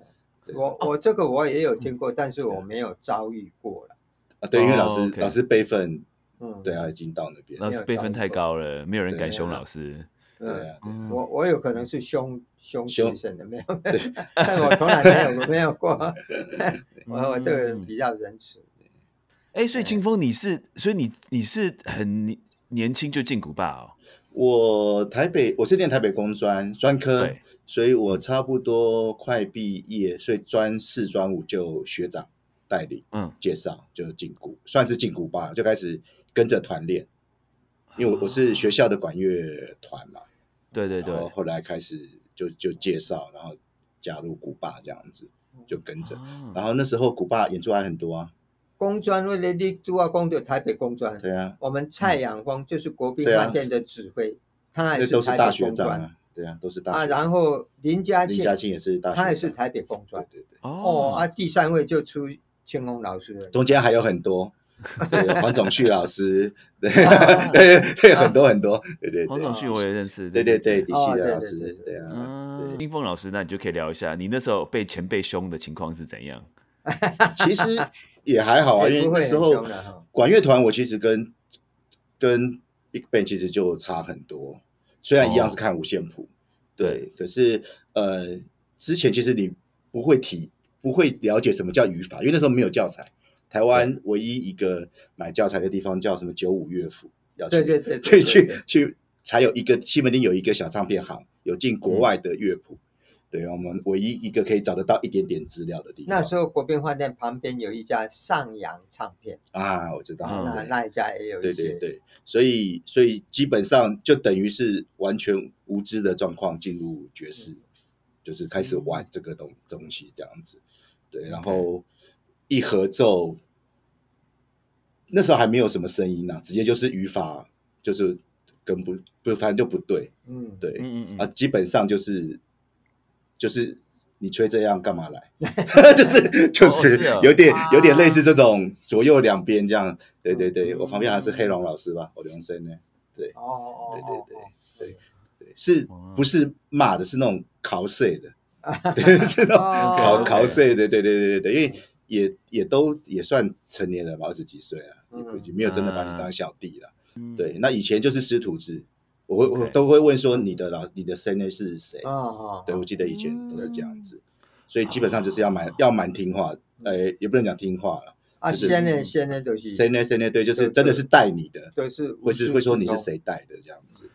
对我我这个我也有听过，但是我没有遭遇过了。啊对，因为哦老师 OK 老师辈分，嗯，对啊，已经到那边。老师辈分太高了，没有人敢对凶老师。对嗯，啊，嗯我我有可能是凶凶学凶生的，没 有，但我从来没有没有过。我我这个人嗯比较仁慈，哎，所以清风你是，所以你你是很年轻就进古巴哦？我台北，我是念台北工专专科对，所以我差不多快毕业，所以专四、专五就学长带领嗯，介绍就进古，算是进古吧，就开始跟着团练。因啊为我我是学校的管乐团嘛，对对对然，后后来开始就就介绍，然后加入古巴这样子，哦就跟着。啊然后那时候古巴演出还很多啊，工专为了你都要工作台北工专，对啊，我们蔡阳光就是国宾对啊饭店的指挥，他也那都是台大北学工长专啊，对啊，都是大啊，学长。然后林家林庆，嘉庆也是大学长，他也是台北工专对对对，哦啊，哦，第三位就出庆功老师了，中间还有很多，对，有黄总旭老师，对啊对对，很多很多，对对黄对总旭我也认识，对对对，李希哦对的老对对师，对对啊，嗯，金凤老师，那你就可以聊一下，你那时候被前辈凶的情况是怎样？其实也 还好啊，也哎因为不会那时很候凶的 哈管乐团我其实跟跟 Big Band 其实就差很多，虽然一哦样是看五线谱，对，可是呃，之前其实你不会体不会了解什么叫语法，因为那时候没有教材。台湾唯一一个买教材的地方叫什么九五乐府，要去对对对所对对以去对，去才有一个西门町有一个小唱片行，有进嗯国外的乐谱，对我们唯一一个可以找得到一点点资料的地方。那时候国宾饭店旁边有一家上扬唱片，啊，我知道，嗯那对那一家也有对一对些，对，所以所以基本上就等于是完全无知的状况进入嗯爵士，就是开始玩这个东东西这样子。对，然后一合奏，那时候还没有什么声音呢、直接就是语法就是跟不不，反正就不对。嗯，对，嗯嗯啊，嗯，基本上就是就是你吹这样干嘛来？ 就是就哦是是哦有点哇有点类似这种左右两边这样。对对对，嗯我旁边还是黑龙老师吧，我龙生呢？对哦哦，对哦对对，对对，是哇不是骂的？是那种考碎的，对，是那种哦考 OK，OK 考碎的。对对对对对，因为也也都也算成年人吧，二十几岁啊，也不嗯也没有真的把你当嗯小弟了。嗯对，那以前就是师徒制，我会我 OK 都会问说你的老你的生呢是谁？哦哦，对，我哦记得以前都是这样嗯子，所以基本上就是要蛮要蛮听话，呃，也不能讲听话了。啊，就是嗯现在现在都是谁呢？谁呢？对，就是对真的是带你的，都是会无是师会说自你是通谁带的这样子。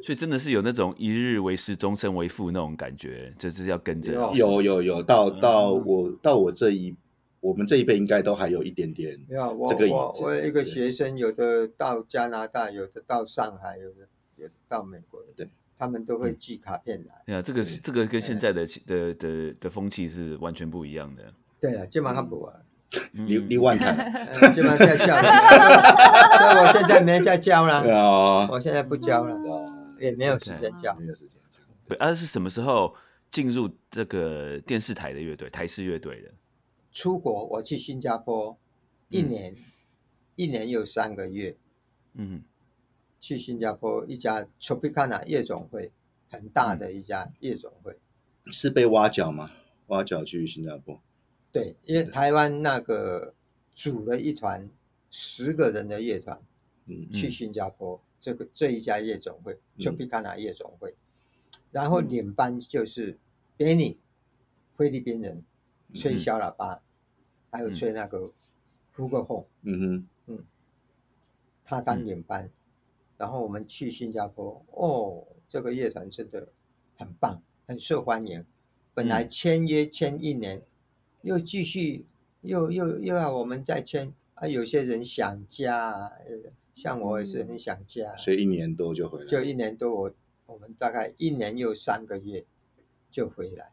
所以真的是有那种一日为师，终身为父那种感觉，就是要跟着有老师有有有，到嗯到我到我这一我们这一辈应该都还有一点点嗯没有，我这个椅我子我有一个对学生，有的到加拿大，有的到上海，有的有的到美国，对，他们都会寄卡片来。对啊，这个是对这个跟现在的的的的风气是完全不一样的。对啊，基本上不玩，嗯离离 万 谈呃基本上在校里，所以我现在没在教了，啊，我现在不教了，哦也没有时间教。没有时间讲。对啊，是什么时候进入这个电视台的乐队，台式乐队的？出国，我去新加坡一嗯年，一年有三个月，嗯去新加坡一家 Tropicana 夜总会，很嗯大的一家夜总会。是被挖角吗？挖角去新加坡？对，因为台湾那个组了一团十个人的乐团。嗯嗯去新加坡这个这一家夜总会嗯 t r o p i c a n a 夜总会，然嗯后领班就是 Benny，菲律宾人，吹嗯小喇叭，还有嗯吹那个 Hugo Hong，嗯哼，他嗯当领班，然后我们去新加坡，哦，这个乐团真的很棒，很受欢迎。本来嗯签约签一年，又继续又又又要我们再签啊，有些人想家啊，呃像我也嗯是很想家啊、所以一年多就回来，就一年多，我我们大概一年又三个月就回来，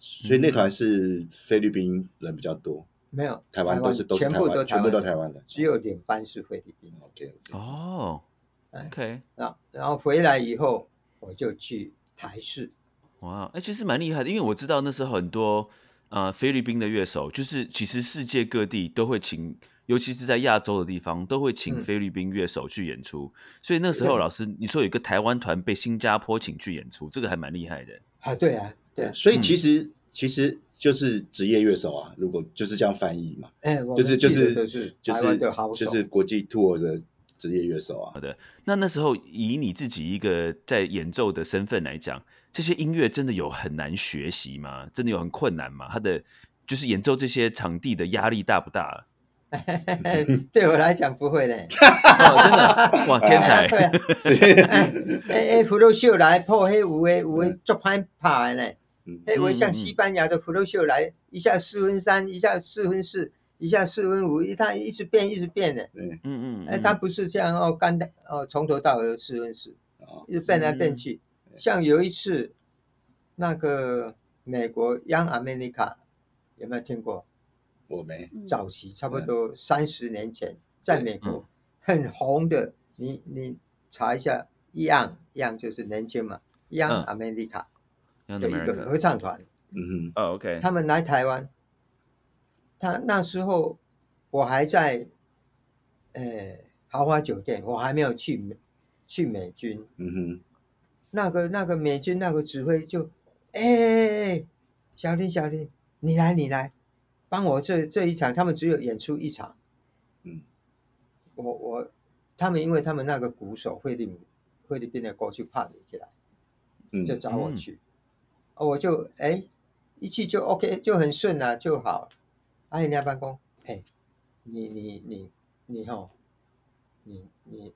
所以嗯那团是菲律宾人比较多，没有台湾都是都是全台部都湾，全部都台湾，湾的。只有领班是菲律宾。 OK，哦哎，OK，然后然后回来以后，我就去台视，哇，哎、其实蛮厉害的，因为我知道那时候很多呃菲律宾的乐手，就是其实世界各地都会请，尤其是在亚洲的地方都会请嗯菲律宾乐手去演出。所以那时候对老师你说有一个台湾团被新加坡请去演出，这个还蛮厉害的。啊，对啊，对啊，所以其实其实就是职业乐手啊，如果就是这样翻译嘛，哎，我就们是就去的是都就是是台湾的好手，就是国际 tour 的职业乐手啊。 那那时候以你自己一个在演奏的身份来讲，这些音乐真的有很难学 习吗？真的有很困难吗？它的就是演奏这些场地的压力大不大？啊对我来讲不会嘞。哦，真的哇，天才！ 对啊，哎哎，葡萄秀来破黑五 A 五 A 做攀爬的呢。嗯哎，我像嗯嗯西班牙的葡萄秀来，一下四分三，一下四分四，一下四分五，一它一直变一直变的。对嗯嗯，哎，嗯它不是这样哦，干的哦，从头到尾有四分四，啊，一直变来变嗯去。像有一次，那个美国 Young America 有没有听过？我没嗯早期差不多三十年前，在美嗯国很红的，你你查一下，一样一样就是年轻嘛，一样 America ，Young 的一个嗯 America 合唱团，嗯哼哦，OK，他们来台湾，他那时候我还在，呃，豪华酒店，我还没有去美去美军，嗯哼那个那个美军那个指挥就，哎、欸小林小林，你来你来，帮我这这一场，他们只有演出一场，嗯，我我，他们因为他们那个鼓手菲律宾菲律宾的歌去帕里起来，嗯就找我嗯去，啊我就哎、一去就 OK 就很顺啊就好，啊人家办公哎、你你你你吼，你你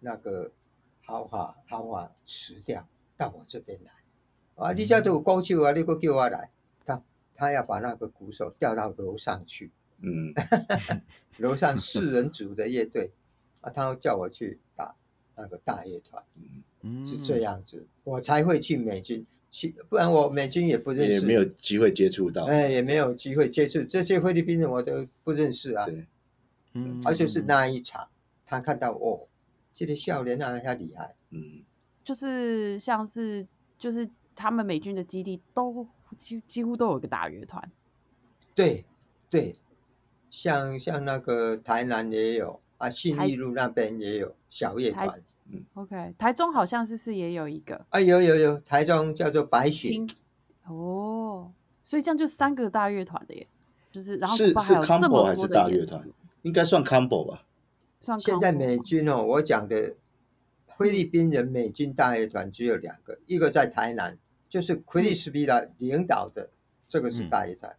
那个豪华豪华辞掉到我这边来，啊你家都有高手啊，你个叫我来，他他要把那个鼓手调到楼上去。嗯楼上四人组的乐队，啊，他叫我去打那个大乐团，嗯是这样子，我才会去美军去，不然我美军也不认识，也没有，机会接触到，哎，也没有机会接触这些菲律宾人，我都不认识啊。对，嗯，嗯而且是，那一场，他看到哦，这个少年啊，他厉害，嗯就是像是就是他们美军的基地都几几乎都有一个大乐团，对对，像像那个台南也有啊，信义路那边也有小乐台团 OK，台中好像是不是也有一个啊，有有有，台中叫做白雪，新哦，所以这样就三个大乐团的耶，就是然后是古巴是还有这 combo 么还多是的大演乐团出？应该算 combo 吧？算现在 combo 美吗军哦，我讲的菲律宾人美军大乐团只有两个，一个在台南，就是奎利斯比拉领导的，这个嗯是大乐团，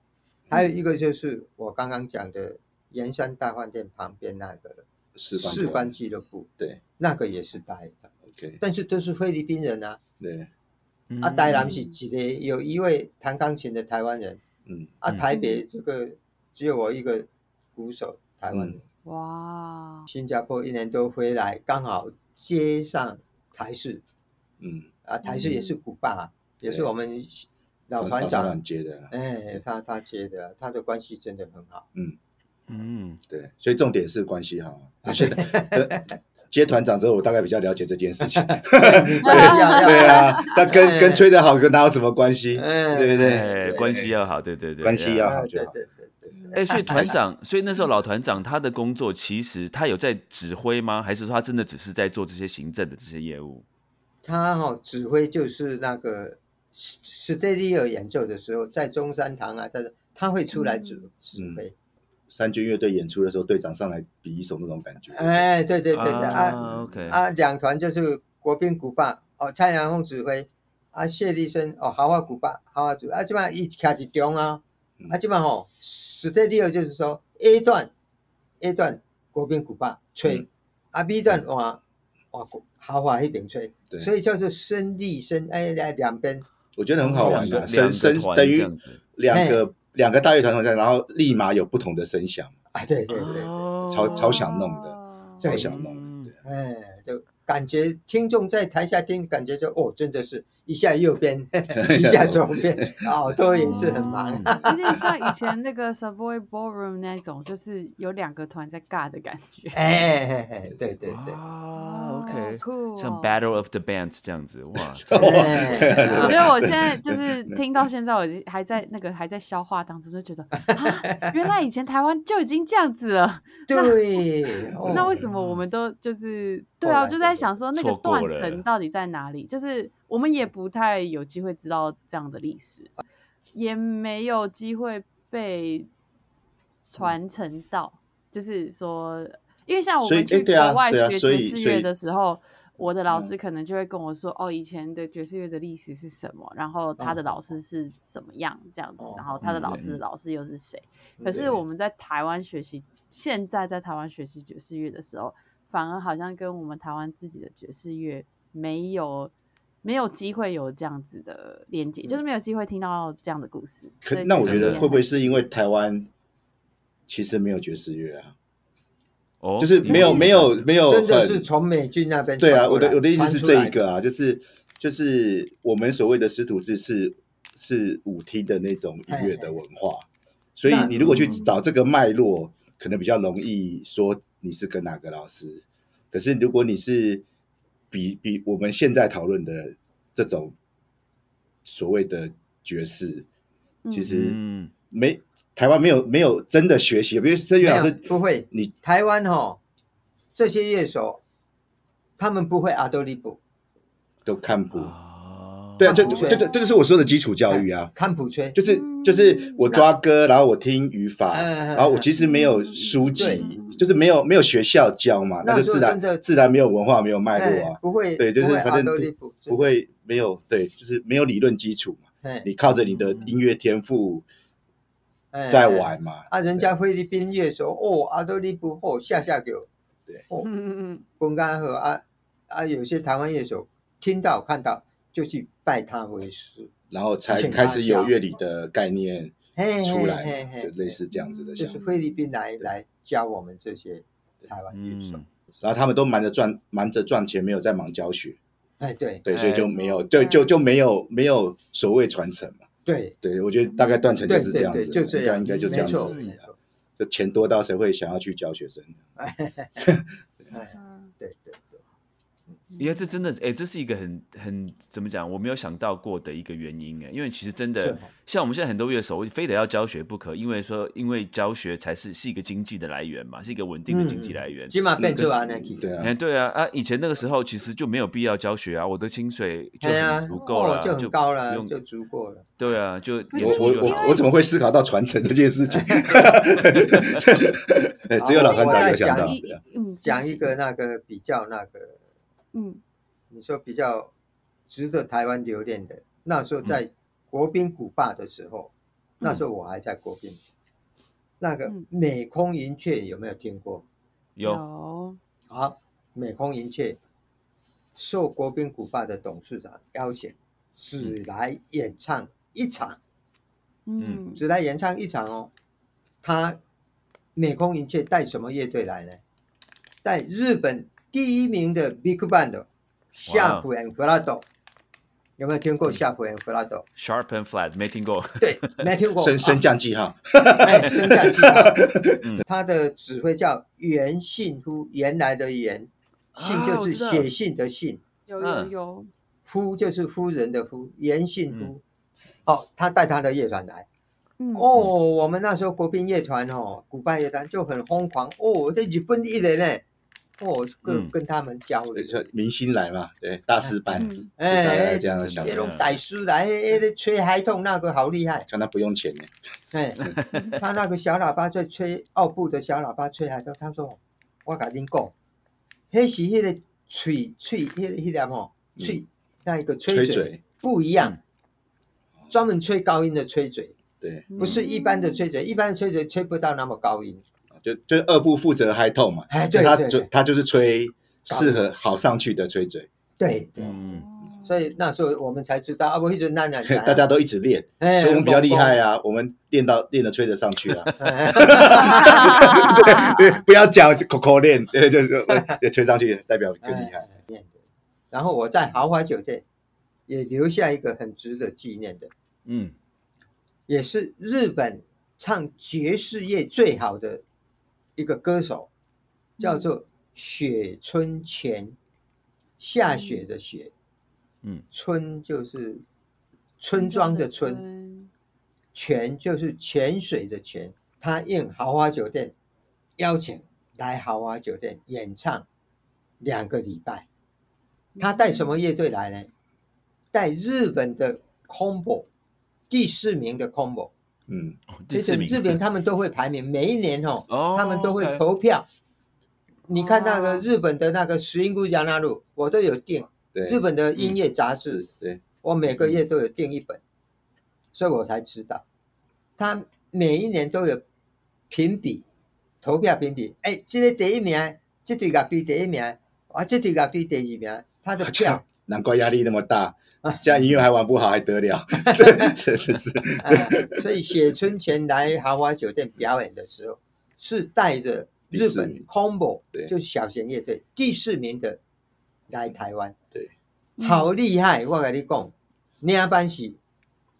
还有一个就是我刚刚讲的盐山大饭店旁边那个四班士官俱乐部，对那个也是大乐团， ，OK，但是都是菲律宾人啊。对，嗯啊，台南是几个有一位弹钢琴的台湾人，嗯啊，嗯台北这个只有我一个鼓手台湾人。嗯哇，新加坡一年多回来，刚好接上台视嗯，啊，台视也是古巴啊，也是我们老团团长，接的啊，哎，他他接的，他的关系真的很好。嗯，对，所以重点是 关系好啊。我现在呃接团长之后，我大概比较了解这件事情。 要对，啊，他跟哎跟吹得好跟他有什么关系？哎对不哎，对？关系要好，对对对，啊关系要要好要就对好对对对，哎，所以团长，所以那时候老团长他的工作其实他有在指挥吗？还是说他真的只是在做这些行政的这些业务？他哈、哦、指挥就是那个史史黛利尔演奏的时候，在中山堂啊，在他会出来指嗯指挥。三军乐队演出的时候，队长上来比一手那种感觉。哎，对对对对啊啊，OK，啊，两团就是国宾古巴哦，蔡阳凤指挥，啊谢立生哦，豪华古巴豪华主啊，这边一卡在中啊，啊这边吼史蒂利奥就是说 A 段 A 段国宾古巴吹，嗯啊 B 段换换国豪华那边吹，对所以叫做升立升哎哎两边我觉得很好玩两的，个声声两个团等于这样子两个两个大乐团同在，然后立马有不同的声响，啊对对对，超哦超哦想弄的，的对超想嗯弄的。对哎、就感觉听众在台下听，感觉就哦真的是一下右边 一下左 边，耳朵也是很忙。哦哦 有点像以前那个 Savoy Ballroom 那种，就是有两个团在尬的感觉。哎哎哎，对对对，啊哦，OK，酷像哦 Battle of the Bands 这样子，哇，哎我觉得我现在就是听到现在，我已经还在那个还在消化当中，就觉得啊，原来以前台湾就已经这样子了。对，哦那为什么我嗯们都就是对后啊？来我就就在会想说那错个过断了层到底在哪里？就是我们也不太有机会知道这样的历史，呃也没有机会被传承到。就是说，因为像我嗯所以们去诶对国啊外对啊学所爵士以所以乐的时候。我的老嗯师可能就会跟我说，哦，以前的爵士乐的历史是什么，然后他的嗯老师是怎么样这样子，哦然后他的嗯老对嗯师的老师又是谁。可对是我们在台湾学习现在在台湾学习爵士乐的时候，反而好像跟我们台湾自己的爵士乐没有没有机会有这样子的连嗯接，就是没有机会听到这样的故事。所可以那我就觉得也会不会很是因为台湾其实没有爵士乐啊？哦， 就是没有你没有没有嗯真的是很从美军那边对啊，传过我的来我的意思传是出这来一个啊，就是就是我们所谓的师徒制是是舞厅的那种音乐的文化，所以那你如果去嗯找这个脉络，可能比较容易说你是跟哪个老师。可是如果你是比比我们现在讨论的这种所谓的爵士，其嗯实嗯没台湾没有没有真的学习，因为申源老没师有不会，你台湾哈这些乐手，他们不会阿多利布、都看不。哦啊，嗯对啊，这看不这出来这这这就是我说的基础教育啊。看谱吹，就是嗯就是我抓歌，然后我听语法，嗯然后我其实没有书籍对，就是没有没有学校教嘛，那那就时候自然真的自然没有文化，没有脉哎络啊，不会，对就是不会反阿正多利布，不会没有对，就是没有理论基础嘛，哎，你靠着你的音乐天赋哎在。哎玩嘛，啊，人家菲律宾乐手哦，阿多利布哦，下下给我嗯嗯嗯，公干和啊啊，有些台湾乐手听到看到就去拜他为师，然后才请他开始有教乐理的概念嘿出来嘿嘛，嘿就嘿类似这样子的就想是法。菲律宾来来教我们这些台湾乐手嗯，然后他们都忙着赚忙着赚钱，没有在忙教学，哎，对对，所以就哎没有就就就没有没有所谓传承嘛。对对，我觉得大概断层就对是这样对子，对，就这应该样，应该就这样子没错而已没啊。错就钱多到谁会想要去教学生？哎， 嗯对对对，嗯因为这真的，哎、这是一个很很怎么讲，我没有想到过的一个原因，哎，因为其实真是的哦，像我们现在很多乐手，非得要教学不可，因为说，因为教学才是是一个经济的来源嘛，是一个稳定嗯的经济来源。起码变可是做安尼去，对啊哎，，对啊，啊，以前那个时候其实就没有必要教学啊，我的薪水就哎呀很足够了，哦就很高不了，用就足够了。对啊，就是我演出我就好我我怎么会思考到传承这件事情？ 哎只有老团我长再有讲想到。一对啊嗯，讲一个那个比较那个，嗯你说比较值得台湾留恋的，那时候在国宾古坝的时候，那时候我还在国宾，那个嗯美空云雀有没有听过？有啊，美空云雀受国宾古坝的董事长邀请，只来演唱一场。嗯只来演唱一场哦。他美空云雀带什么乐队来呢？带日本第一名的 Big Band 夏普 and 弗拉斗，有没有听过夏普 and 弗拉斗？ sharp and flat 没听过，对， 没听过。升升降记号，哎，升降机啊，嗯他的指挥叫袁信夫，原来的袁，信啊就我是知道写信的信，有有嗯有，夫就是夫人的夫，袁信嗯夫。哦，他带他的乐团来。嗯哦，我们那时候国宾乐团哦，古巴乐团就很疯狂哦，我在日本艺人呢，哦，跟、嗯跟他们交流对，像明星来嘛，对，大师班，嗯大哎概，这样的想那法嗯，种歹叔来，哎，那吹嗨痛那个好厉害，看他不用钱呢，哎， 他那个小喇叭在吹奥布的小喇叭吹嗨痛，他说我甲恁讲，迄是迄个嘴嘴迄迄粒吼嘴那一个吹吹嘴嘴，不一样，专门吹高音的吹嘴，对，嗯不是一般的吹嘴，一般的吹嘴吹不到那么高音。就就二部负责嗨痛嘛，哎就对他对就对他就是吹适合好上去的吹嘴，对对。啊嗯，哦所以那时候我们才知道啊，我一直那那 大家都一直练，哎，所以我们比较厉害啊，我们练到练得吹得上 去啊， 哎。对，不要讲口口练，对，就是 也吹上去，代表更 厉害。害。然后我在豪华酒店也留下一个很值得纪念的，嗯也是日本唱爵士乐最好的一个歌手，叫嗯做雪村前，下雪的雪，嗯，村就是村庄的村，泉就是泉水的泉。他应豪华酒店邀请来豪华酒店演唱两个礼拜。他带什么乐队来呢？带日本的 combo，第四名的 combo。嗯，哦第其四实名，日本他们都会排名，每一年哦，哦他们都会 OK 投票。你看那哦个日本的那个《石英姑加纳路》，我都有订对，日本的音乐嗯杂志是，，对，我每个嗯月都有订一本，所以我才知道，他每一年都有评比投票评比，哎、这个第一名，这队乐队第一名，啊，这队乐队第二名，他的啊这票样，难怪压力那么大啊。这样音乐还玩不好还得 了？对，真的是呃、所以雪村前来豪华酒店表演的时候，是带着第日四本名 combo 对就是小型乐队第四名的来台湾，嗯好厉害！我跟你讲，领班是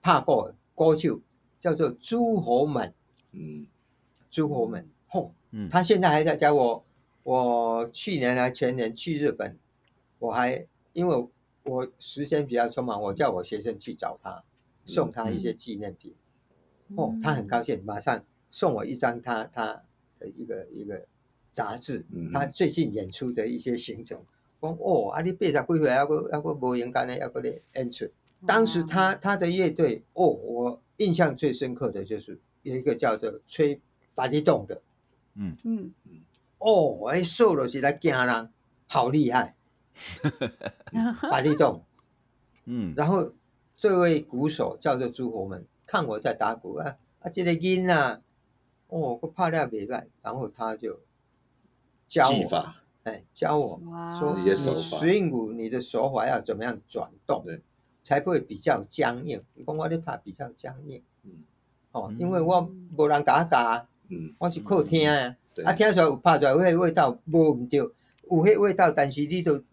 拍过的歌手，叫做朱侯满，嗯，朱侯满，吼、嗯，他现在还在教我。我去年还前年去日本，我还因为我时间比较匆忙，我叫我学生去找他，嗯送他一些纪念品。嗯哦，他很高兴，马上送我一张他他的一个一个杂志嗯，他最近演出的一些行程。讲哦，啊你八十几岁，还个还个无勇敢的，还个咧演出。当时他他的乐队哦，我印象最深刻的就是有一个叫做吹巴蒂洞的，嗯，哦，哎，瘦了是来惊人，好厉害，巴蒂洞。嗯，然后这位鼓手叫做朱国门，看我在打鼓啊啊，这个音啊，哦，我怕了袂歹，然后他就教技我，法哎，教我哇哦说一你些手法 swing 舞你的手法要怎么样转动对，才不会比较僵硬。你讲我咧拍比较僵硬嗯，哦嗯，因为我无人甲我教，啊嗯，我是靠听啊，对啊，听出来有拍出来，迄味道无毋对，有迄味道，但是你都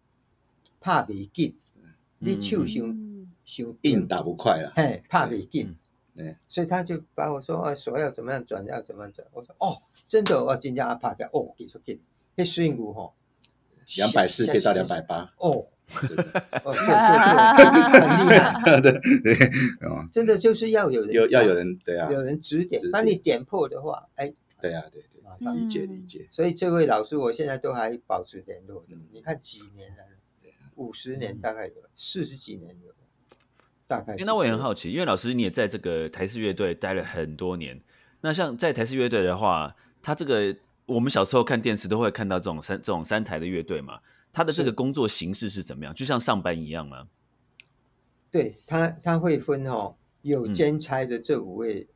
拍袂紧，你手嗯伤伤硬打不快啊啦。嘿，怕没劲嗯，嗯所以他就把我说啊，手要怎么样转，要怎么样转。我说哦，真的，我真正怕的哦，技术紧，那水牛吼，两百四可以到两 百八，哦， 哦，对对对，很厉害，对对，哦，真的就是要有人有要有人对啊，有人指点指，把点你点破的话，哎，对啊，对对，马上。理解嗯理解，所以这位老师，我现在都还保持联络的嗯。你看几年了，五十年大概有，四十几年有，大概诶是这样。那我也很好奇，因为老师你也在这个台式乐队待了很多年。那像在台式乐队的话，它这个我们小时候看电视都会看到这种三这种三台的乐队嘛，它的这个是工作形式是怎么样？就像上班一样吗？对他，他会分哦，有嗯兼差的这五位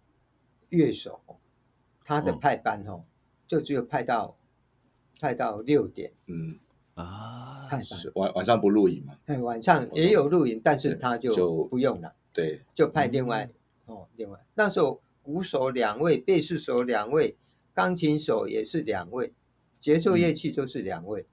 乐手，他的嗯派班哦，就只有派到派到六点嗯，啊派，班，是晚晚上不录影嘛，哎，晚上也有录影，但是他对就就不用了，对，就派另外哦，另外那时候鼓手两位，贝斯手两位，钢琴手也是两位，节奏乐器都是两位，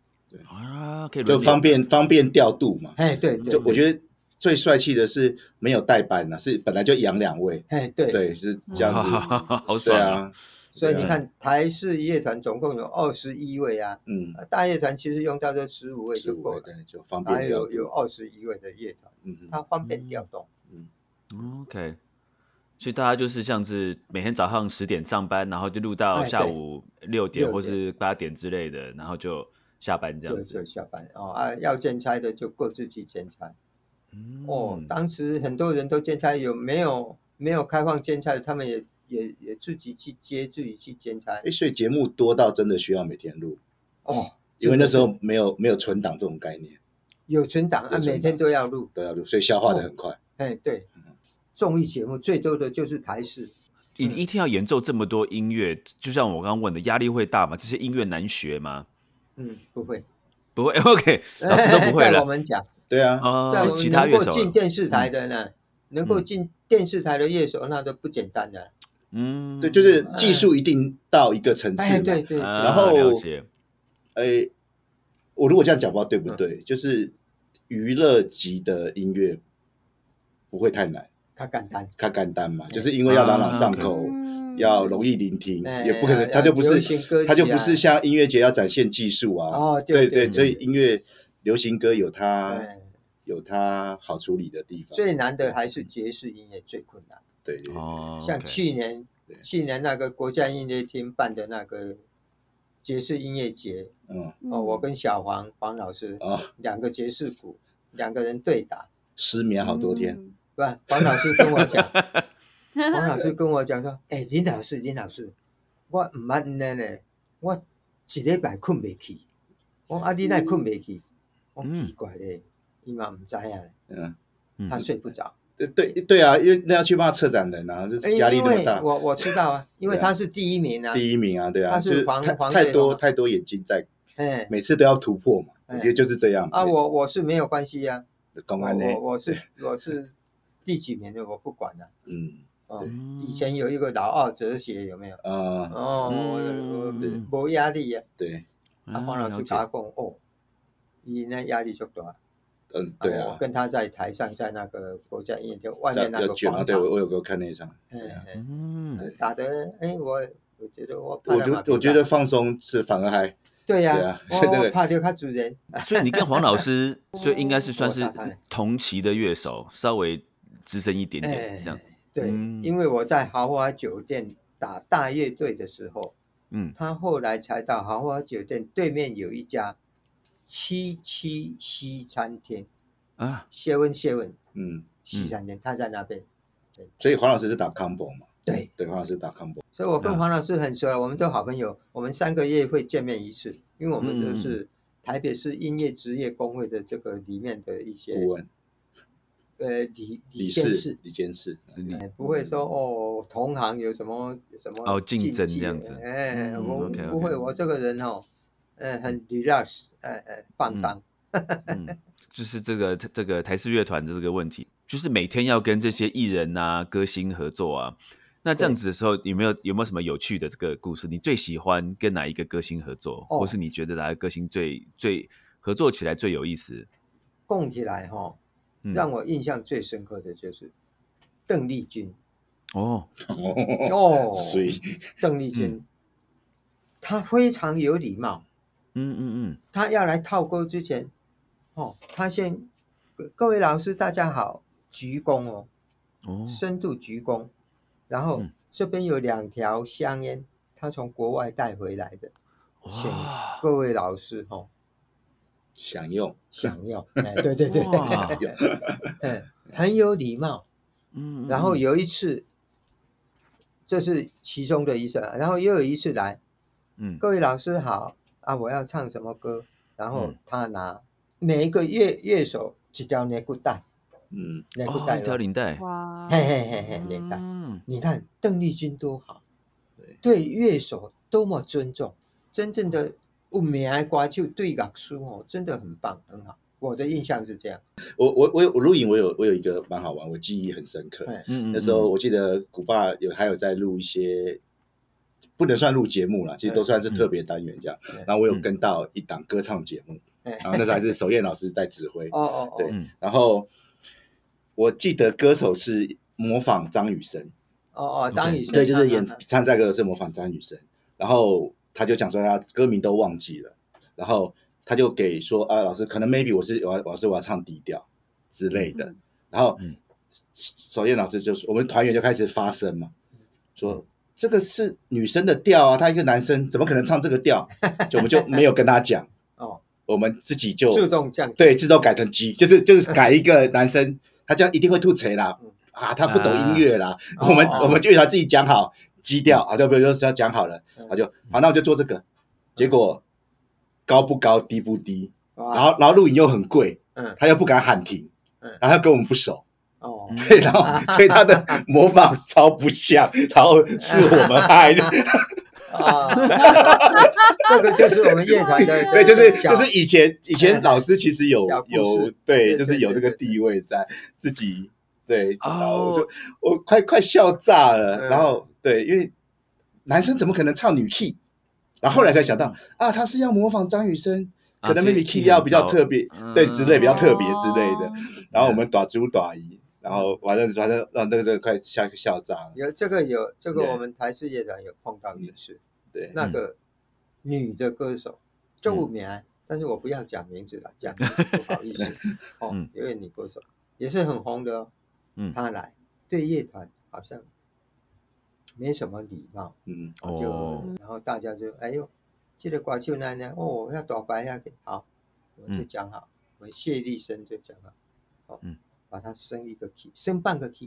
啊，可以就轮流方便方便调度嘛。哎，对对，就我得，觉得最帅气的是没有代班呐，是本来就养两位，哎，对对，是这样子， 好对爽！啊，所以你对啊看台式乐团总共有二十一位啊。嗯，啊大乐团其实用到这十五位是就够我了，哎对，就方还便调有有度，二十一位的乐团，嗯它方便调动。 OK，所以大家就是像是每天早上十点上班，然后就录到哎下对午六点6或是八点之类的，然后就下班这样对，子就。下班哦啊，要兼差的就各自去兼差。哦嗯，当时很多人都兼差，有没有没有开放兼差的，他们也也也自己去接，自己去兼差哎，。所以节目多到真的需要每天录，哦，因为那时候没有没有存档这种概念，有存档有啊，存档每天都要录。都要录，所以消化的很快。哎，对，综艺节目最多的就是台式，你一天要演奏这么多音乐，就像我刚刚问的，压力会大吗？这些音乐难学吗？嗯，不会，不会 ，OK，老师都不会 在了我。们讲，对啊，在哦，我们其他能乐够手了，进电视台的呢，能够进电视台的乐手，那都不简单的。嗯，对，就是技术一定到一个层次哎，嘛对。对，啊然后了解，哎，我如果这样讲不知道嗯对不对，就是娱乐级的音乐不会太难，他简单。看干单嘛，就是因为要朗朗啊上口，要嗯容易聆听，哎嗯也不可能，嗯要它就不流是行歌曲啊它就不是像音乐节要展现技术啊。哦对对对对，对所以啊音乐流行歌有它哎有它好处理的地方。最难的还是爵士音乐最困难。对对哦，像 OK 去年对去年那个国家音乐厅办的那个爵士音乐节，嗯哦，我跟小黄黄老师啊，两个爵士鼓，两个人对打，失眠好多天，，不，黄老师跟我讲，黄嗯老师跟我讲说，哎、林老师，林老师，我唔捌呢呢，我一礼拜困未去，我啊你奈困未去，我嗯奇怪咧，伊嘛唔知啊，嗯，嗯他睡不着，呃对对啊，因为那要去骂策展人啊，哎这压力因那么为大。我我知道啊，因为对啊他是第一名啊，第一名啊，对啊，他就是是黄太黄太队多嘛太多眼睛在，哎每次都要突破嘛，我哎觉得就是这样啊，每我我是没有关系啊，公我安呢，我我是我是第几名的我不管了。嗯哦对，以前有一个老二哲学有没有？啊、哦，我嗯我无压力啊，对，啊，黄老了师解甲我讲哦，伊那压力就大。嗯，对我啊，跟他在台上，在那个国家音乐厅外在面那要个卷啊，广对场，我我有给我看那一场，对啊哎哎嗯，打的，哎，我我觉得我怕我得觉马屁得我觉得大放松是反而还对 对呀啊，我那个我怕刘他主人，所以你跟黄老师，所以应该是算 我是打开同期的乐手，稍微资深一点点哎这样。，对嗯，因为我在豪华酒店打大乐队的时候，嗯，他后来才到豪华酒店对面有一家七七西餐厅，啊，谢问谢问嗯，西餐厅，他在那边，所以黄老师是打 combo 嘛，对，对，黄老师打 combo，所以我跟嗯黄老师很熟了，我们都好朋友，我们三个月会见面一次，因为我嗯们都是台北市音乐职业工会的这个里面的一些顾问呃理李理监事事，李嗯监事，你哎不会说哦同行有什么什么哦竞争忌这样子哎，嗯我 OK，OK 不会，我这个人哦，呃很 relax，呃呃放松，嗯，就是这个这个台式乐团的这个问题，就是每天要跟这些艺人啊、歌星合作啊。那这样子的时候，有没有有没有什么有趣的这个故事？你最喜欢跟哪一个歌星合作，哦或是你觉得哪个歌星最最合作起来最有意思？供起来哈，嗯，让我印象最深刻的就是邓丽君哦，哦，所以邓丽君，她非常有礼貌。嗯嗯嗯，他要来套钩之前，哦，他先，各各位老师大家好，鞠躬哦，哦，深度鞠躬，然后嗯这边有两条香烟，他从国外带回来的，请哇，各位老师哦享用，享用，哎，对对对 哇对，嗯，很有礼貌。嗯，嗯然后嗯有一次，这是其中的一次，然后又有一次来，嗯各位老师好啊，我要唱什么歌？然后嗯他拿每一个乐乐手一条内裤带，嗯，内裤哦，带一条咯，领带，嗯 哇，嘿嘿嘿嘿，内带。嗯，你看邓丽君多好对，对乐手多么尊重，真正的有名的歌手对乐师哦，真的很棒，很好。我的印象是这样，我我我有我录影，我有我有一个蛮好玩，我记忆很深刻，哎嗯，嗯那时候我记得古爸有还有在录一些，不能算录节目啦，其实都算是特别单元这样嗯。然后我有跟到一档歌唱节目，哎然后那时候还是首燕老师在指挥。哦哦嗯对哦然后我记得歌手是模仿张雨生，哦哦，张雨生，对，就是演啊啊啊参赛歌手是模仿张雨生。然后他就讲说他歌名都忘记了，然后他就给说啊，老师可能 maybe 我是我要老师我要唱低调之类的。嗯然后嗯首燕老师就说，我们团员就开始发声嘛，嗯说这个是女生的调啊，他一个男生怎么可能唱这 个调？就我们就没有跟他讲，哦，我们自己就自动降低对自动改成鸡，就是就是改一个男生，他这样一定会吐槽啦嗯，啊，他不懂音乐啦，啊我们哦我们就给他自己讲好基调啊，就比如说要讲好了，嗯他就好，那我就做这个，结果高不高，低不低，哇然后然后录影又很贵，嗯他又不敢喊停啊嗯，然后他跟我们不熟。嗯哦，对，然后所以他的模仿超不像，然后是我们害的，啊，这个 就是我们乐团的， 对，就是小哎就是以前以前老师其实有小故事有对对，对就是有那个对对对地位在自己对，然后哦我就，我快快笑炸了，嗯然后对，因为男生怎么可能唱女 key，然后后来才想到嗯啊，他是要模仿张雨生，啊可能所以 maybe key key 要很比较高特别，嗯对之类比较特别之类的哦，然后我嗯们打猪打姨，然后完了反正让那个这个快笑笑炸了，有这个有这个对嗯我们台式乐团有碰到一次，对，那个女的歌手嗯周名，但是我不要讲名字了，讲名字不好意 思哦嗯，有一位女歌手也是很红的哦，嗯她来对乐团好像没什么礼貌，嗯就、哦，然后大家就哎呦，这个歌手奶奶哦，要大白呀，好，我们就嗯讲好，我们谢立生就讲好，哦，嗯把它升一个 key，升半个 key，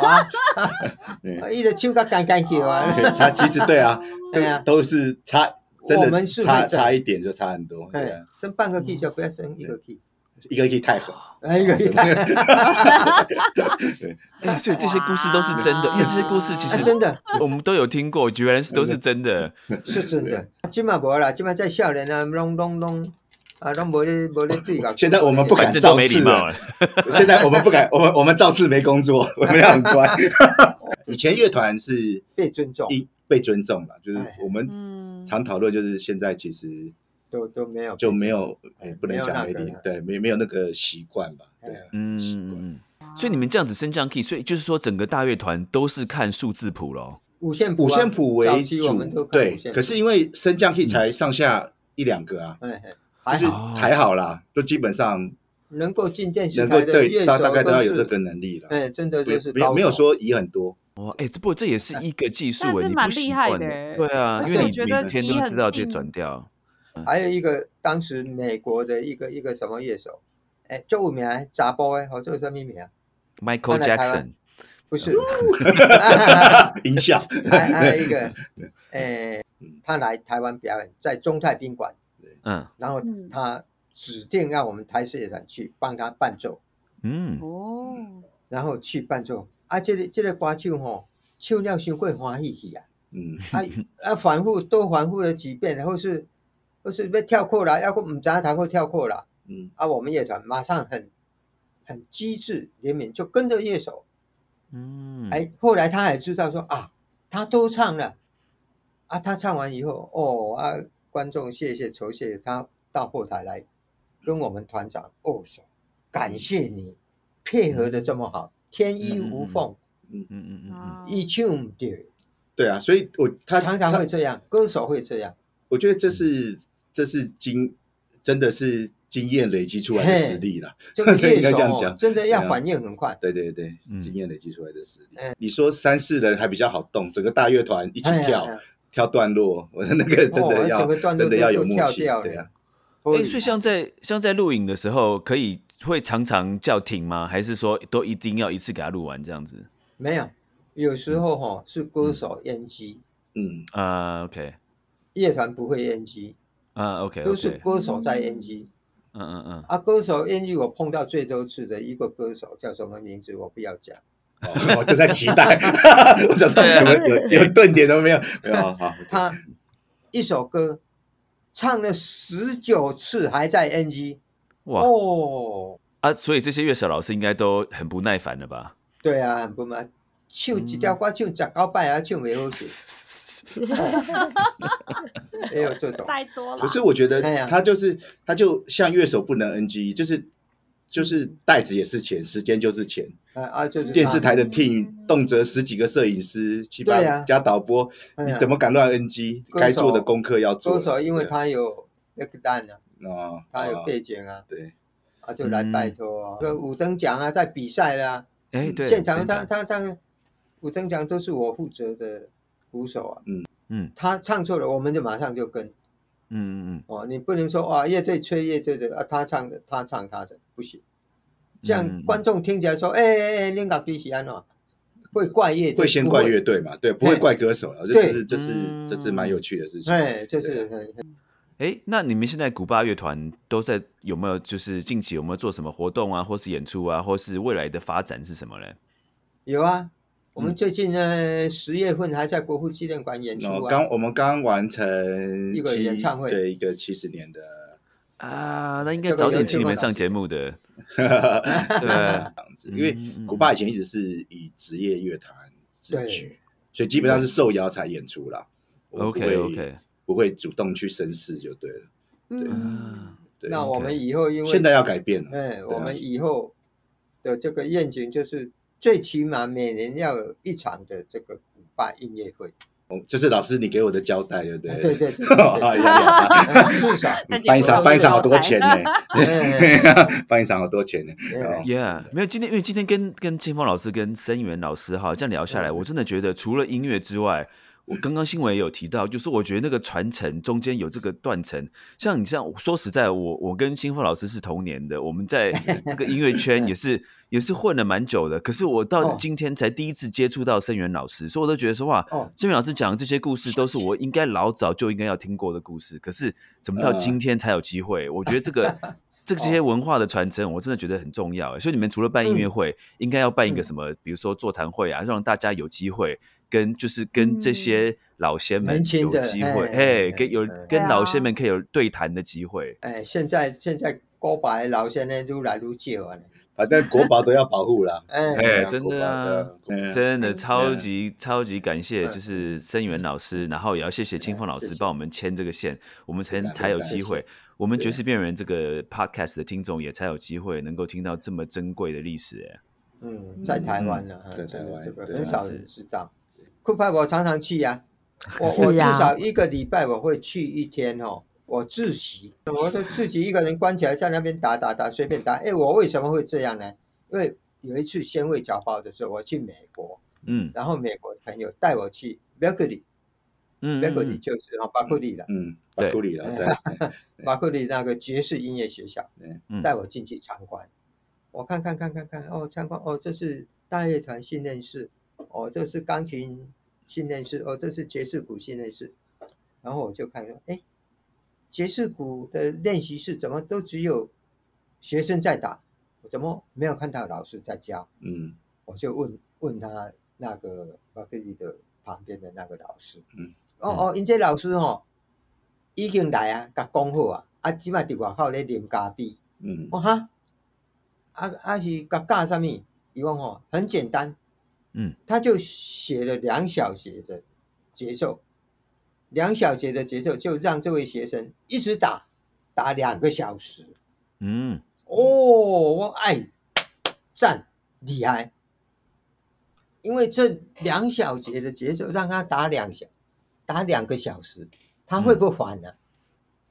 啊，对。伊就手甲干嗯干去啊，哦 对差其实 对啊，对啊都是差，真我的们是差会整差一点就差很多。对哎啊，升半个 key 就不要升一个 key，一哦个一个太狠，哎， 有一台，哎、所以这些故事都是真的，因为这些故事其啊实真的我们都有听过，原来是都是真的。是真的。啊今嘛无啦，今嘛在少年啊，拢拢拢啊，拢无咧无咧对个。 现在我们不敢反正都哎没礼貌了， 现在我们不敢，我们我们造次没工作， 我们要很乖。 以前乐团是被尊重，一被尊重了，就是哎我们嗯，常讨论，就是现在其实都都没有就没有，哎，不能讲没有那没个哎礼，对，没没有那个习惯吧，对啊，嗯习嗯惯嗯嗯。所以你们这样子升降 key，所以就是说整个大乐团都是看数字谱咯。五线谱五啊，线谱为早期我们主都，看对五线，谱可是因为升降 key 才上下一两个啊，哎哎还就是好好还好啦，就基本上能够进电视能够台的乐对，手大大概都都要有是这个能力了，哎，真的就是不没有没有高手说移 很多，哦，哎、这不过这也是一个技术但哎、是你蛮不习厉害惯的的。哎对啊，而因为且你我觉每得天你都很知道这些硬转调。还有一个当时美国的一个一个什么乐手，哎，做有名的查甫诶，好做什么名啊？ Michael 看来台 Jackson 湾不 是， 音效，还还有一 个，哎，他来台湾表演，在中泰宾馆，嗯然后嗯他指定让我们台式乐团去帮他伴奏，嗯，哦，然后去伴奏。啊，这个这个歌手吼，唱了伤过欢喜去啊！嗯， 啊啊，反复多反复了几遍，或是或是要跳过啦，要不唔知道弹过跳过啦。嗯，啊，我们乐团马上很很机智怜悯，就跟着乐手。嗯，哎，后来他还知道说啊，他都唱了，啊，他唱完以后，哦啊，观众谢谢酬谢他到后台来跟我们团长握手，感谢你配合的这么好，天衣无缝，嗯嗯嗯嗯，啊一唱唔对，对啊，所以我他常常他会这样，歌手会这样。我觉得这是这是经真的是经验累积出来的实力啦。这个乐应该手这样哦讲真的要对啊反应很快，对对对，嗯经验累积出来的实力。你说三四人还比较好动，整个大乐团一起哎哎呀跳、哎呀跳段落，我那个真哦的要、整个段落真的都要有都默跳契，掉对了啊。哎、所以像在像在录影的时候，可以会常常叫停吗？还是说都一定要一次给他录完这样子？没有，有时候哈、是歌手 NG，、嗯，啊、o k 乐团不会 NG，啊，OK，OK、都 o k 是 OK，歌手在嗯 NG。嗯嗯嗯，啊，歌手 NG 我碰到最多次的一个歌手叫什么名字我不要讲，哦我就在期待， 我想说对啊有没有有有顿点都没有，没有好，他一首歌唱了十九次还在 NG，哇、哦，啊，所以这些乐手老师应该都很不耐烦了吧？对啊，很不满，唱一条嗯歌唱十九摆还唱没好去，也有 这种，太多了可，是我觉得哎呀他就是他就像乐手不能 NG，就是就是嗯袋子也是钱，时间就是钱。啊啊就是电视他台的 team 嗯动辄十几个摄影师、七对八啊加导播，哎你呀怎么敢乱 NG？歌手该做的功课要做歌了。手因为他有那个蛋啊，对啊，他有啊背景啊，对，啊就嗯来拜托啊，这个五等奖啊，在比赛啦、哎、对，现场真他的他他五等奖都是我负责的鼓手啊，嗯他唱错了，我们就马上就跟嗯嗯哦，你不能说哇，乐队吹乐队的啊，他唱的他唱他的，不行，嗯这样观众听起来说，哎哎哎，林港比喜安哦，会怪乐队，会先怪乐队，队嘛？对，不会怪歌手了。这对是这是嗯这是蛮有趣的事情。哎，就是很哎、那你们现在古巴乐团都在有没有就是近期有没有做什么活动啊，或是演出啊，或是未来的发展是什么嘞？有啊。我嗯们最近呢，十月份还在国父纪念馆演出哦，啊刚，我们刚完成一个七演唱会对一个七十年的，啊，那应该这个早有点趣请你吗们上节目的， 对，因为嗯嗯古巴以前一直是以职业乐团自对居，所以基本上是受邀才演出啦。我不 OK，会 OK 不会主动去绅士就对了。嗯啊，对，那我 OK 们以后因为现在要改变了。哎，啊我们以后的这个愿景就是，最起码每年要有一场的这个古巴音乐会。我这是老师你给我的交代，对不哎对对？对对对对， 哎呀 哎至少，那结办一果场我办一就场要好多改钱呢了 哎办一场好多 钱呢。哎哦 Yeah，没有今天，因为今天跟跟清风老师、跟申源老师哈这样聊下来，我真的觉得除了音乐之外，我刚刚新闻也有提到，就是我觉得那个传承中间有这个断层，像你像说实在，我我跟清风老师是同年的，我们在那个音乐圈也是 也是混了蛮久的，可是我到哦今天才第一次接触到申源老师，所以我都觉得说哇，哦，申源老师讲的这些故事都是我应该老早就应该要听过的故事，可是怎么到嗯今天才有机会？我觉得这个这这哦些文化的传承，我真的觉得很重要欸。所以你们除了办音乐会，应该要办一个嗯什么，比如说座谈会啊，让大家有机会跟就是跟这嗯些老先们年轻有的机会，哎哎，哎跟有哎跟对老啊先们可以有对谈的机会。哎，现在现在古板的老先生愈来愈少啊，。反正国宝都要保护啦 哎，哎对，啊真国宝的啊的，嗯真的嗯超级超级感谢，嗯啊就是森源老师，然后也要谢谢清风老谢师谢啊帮我们牵这个线，我们才不敢才有不敢机谢会，我们对爵士边缘人这个 podcast 的听众也才有机会能够听到这么珍贵的历史。哎，嗯，在台湾呢，在嗯这台个湾这个对很啊少是人知道。酷派我常常去呀，我 是我至啊少一个礼拜我会去一天哦。我自习，我都自己一个人关起来在那边打打打，随便打。哎，我为什么会这样呢？因为有一次先喂侨胞的时候，我去美国，嗯然后美国朋友带我去 Berkeley，Berkeley 嗯，嗯嗯就是啊，巴库利了，嗯，对巴库里了，在 巴库利那个爵士音乐学校嗯，带我进去参观，我看看看看看，哦，参观哦，这是大乐团训练室，哦，这是钢琴训练室，哦，这是爵士鼓训练室，然后我就看说，哎，爵士鼓的练习室怎么都只有学生在打，我怎么没有看到老师在教？嗯我就问问他那个巴克利的旁边的那个老师，嗯，哦哦，因这老师吼、已经来啊，甲讲好啊，啊，即摆伫外口咧啉咖啡，嗯我、哈，啊啊是甲教啥物？伊讲吼很简单，嗯，他就写了两小节的节奏，两小节的节奏就让这位学生一直打打两个小时，嗯，哦，我爱赞厉害，因为这两小节的节奏让他打两小打两个小时，他会不会烦呢、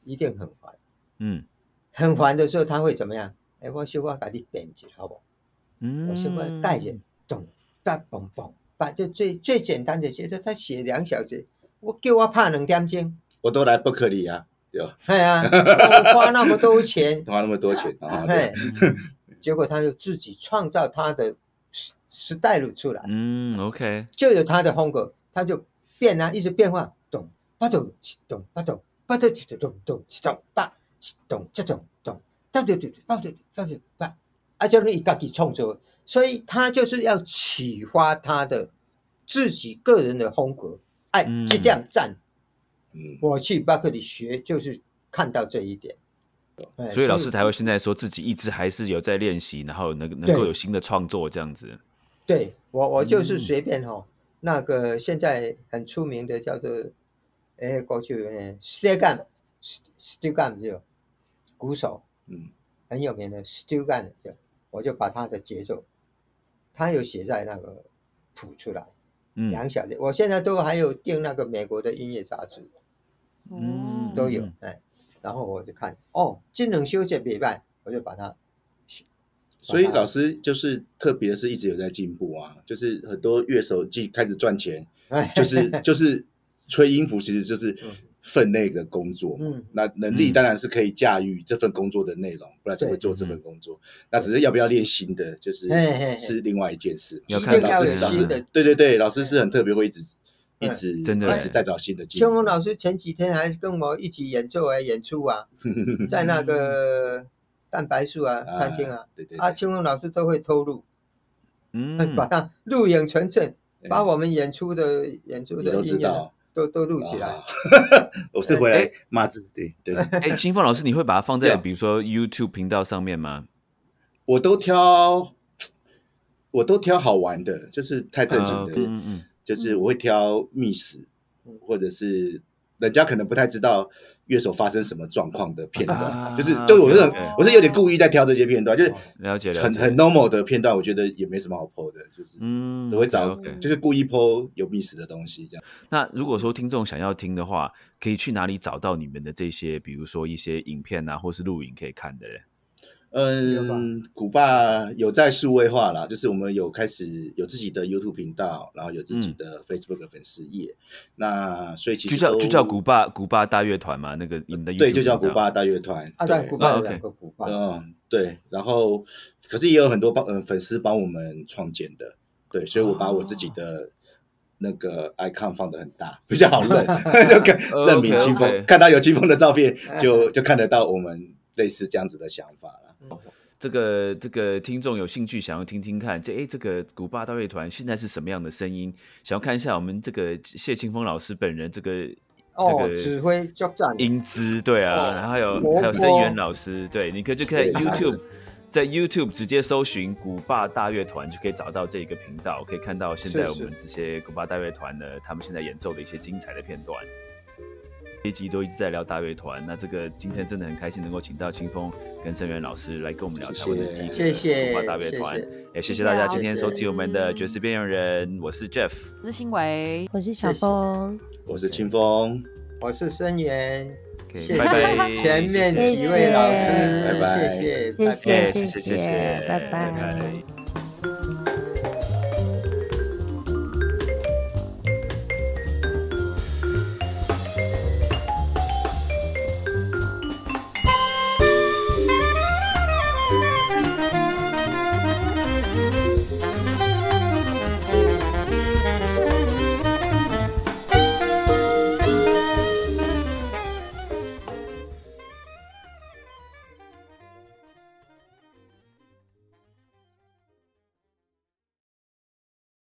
一定很烦，嗯很烦的时候他会怎么样？哎，我小可给你编辑好不好？嗯，我小可盖着，咚哒嘣嘣，把这最最简单的节奏，他写两小节，我叫我拍两点钟，我都来伯克利啊，对吧？哎呀、我花那么多钱，花那么多钱 啊，哎 嗯对，结果他就自己创造他的时时代路出来， 嗯，OK，就有他的风格，他就变啊，一直变化，咚吧咚起咚吧咚吧咚起咚咚起咚吧起咚这咚咚哒咚咚吧咚吧咚吧，啊，就是伊家己创作的，所以他就是要启发他的自己个人的风格，哎嗯，这点赞，嗯，我去巴克里学就是看到这一点，哎所以老师才会现在说自己一直还是有在练习，然后能能对够有新的创作这样子。对我，我就嗯是随便哦，那个现在很出名的叫做，哎，过去呃 s t e g a n s t e g a n 就鼓手嗯很有名的 s t e g a n 就，我就把他的节奏，他有写在那个谱出来，嗯，两小节，我现在都还有订那个美国的音乐杂志嗯哦都有嗯，哎，然后我就看，哦，这能修这别办，我就把它，所以老师就是特别是一直有在进步啊，就是很多乐手既开始赚钱，哎， 就是就是吹音符，其实就是嗯分内的工作嘛。嗯，那能力当然是可以驾驭这份工作的内容，不然怎么会做这份工作？那只是要不要练新的，就是嗯嘿嘿嘿是另外一件事嘛。要一看定老要师有怎么新样的对对对，老师是很特别，会一直一嗯直真的一直在找新的技秋能。红老师前几天还跟我一起演奏啊、演出啊， 在那个蛋白树啊嗯啊餐厅啊，对对啊，对秋红老师都会偷录，嗯， 把它录影存证，对把我们演出的演出你的都音知乐啊道，都都录起来啊。 我是回来哎骂字，对对，哎、清风老师，你会把它放在对啊比如说 YouTube 频道上面吗？我都挑，我都挑好玩的，就是太正经啊的，嗯嗯就是我会挑密室，嗯或者是人家可能不太知道乐手发生什么状况的片段，啊就是就是我是很 OK，OK 我是有点故意在挑这些片段，就是哦了解了解，很很 normal 的片段，我觉得也没什么好 PO 的，就是嗯，我会找 OK，OK 就是故意 PO 有密室的东西这样。那如果说听众想要听的话，可以去哪里找到你们的这些，比如说一些影片啊，或是录影可以看的嘞？有吧嗯，古巴有在数位化啦，就是我们有开始有自己的 YouTube 频道，然后有自己的 Facebook 的粉丝页，那所以嗯其就实叫都就叫古巴古巴大乐团嘛，那个你们的对， YouTube 就叫频古道巴大乐团啊，对对，古啊巴有，OK 两个古巴，嗯，对，然后可是也有很多帮嗯、粉丝帮我们创建的，对，所以我把我自己的那个 icon 放的很大，比较好认，就看哦认明清 OK，OK 风，看到有清风的照片嗯就就看得到我们类似这样子的想法啦。这个这个听众有兴趣想要听听看，这诶这个古巴大乐团现在是什么样的声音？想要看一下我们这个谢清风老师本人这个哦这，个指挥作战，英姿，对啊，哦然后还有活泼还有森源老师，对，你可以就可以对 YouTube 在 YouTube 直接搜寻古巴大乐团，就可以找到这一个频道，可以看到现在是我是们这些古巴大乐团呢，他们现在演奏的一些精彩的片段。这一集都一直在聊大乐团，那这个今天真的很开心能够请到清风跟森源老师来跟我们聊台湾的第一谢个谢，古巴大乐谢团。谢，也谢谢大家今天谢收谢听我们的爵士边缘人，我是 Jeff，我是新维，我是谢小谢峰，我是清风，我是申源，谢谢拜拜，前面谢谢几位老师，拜拜谢谢，谢拜拜谢谢谢谢谢，拜拜拜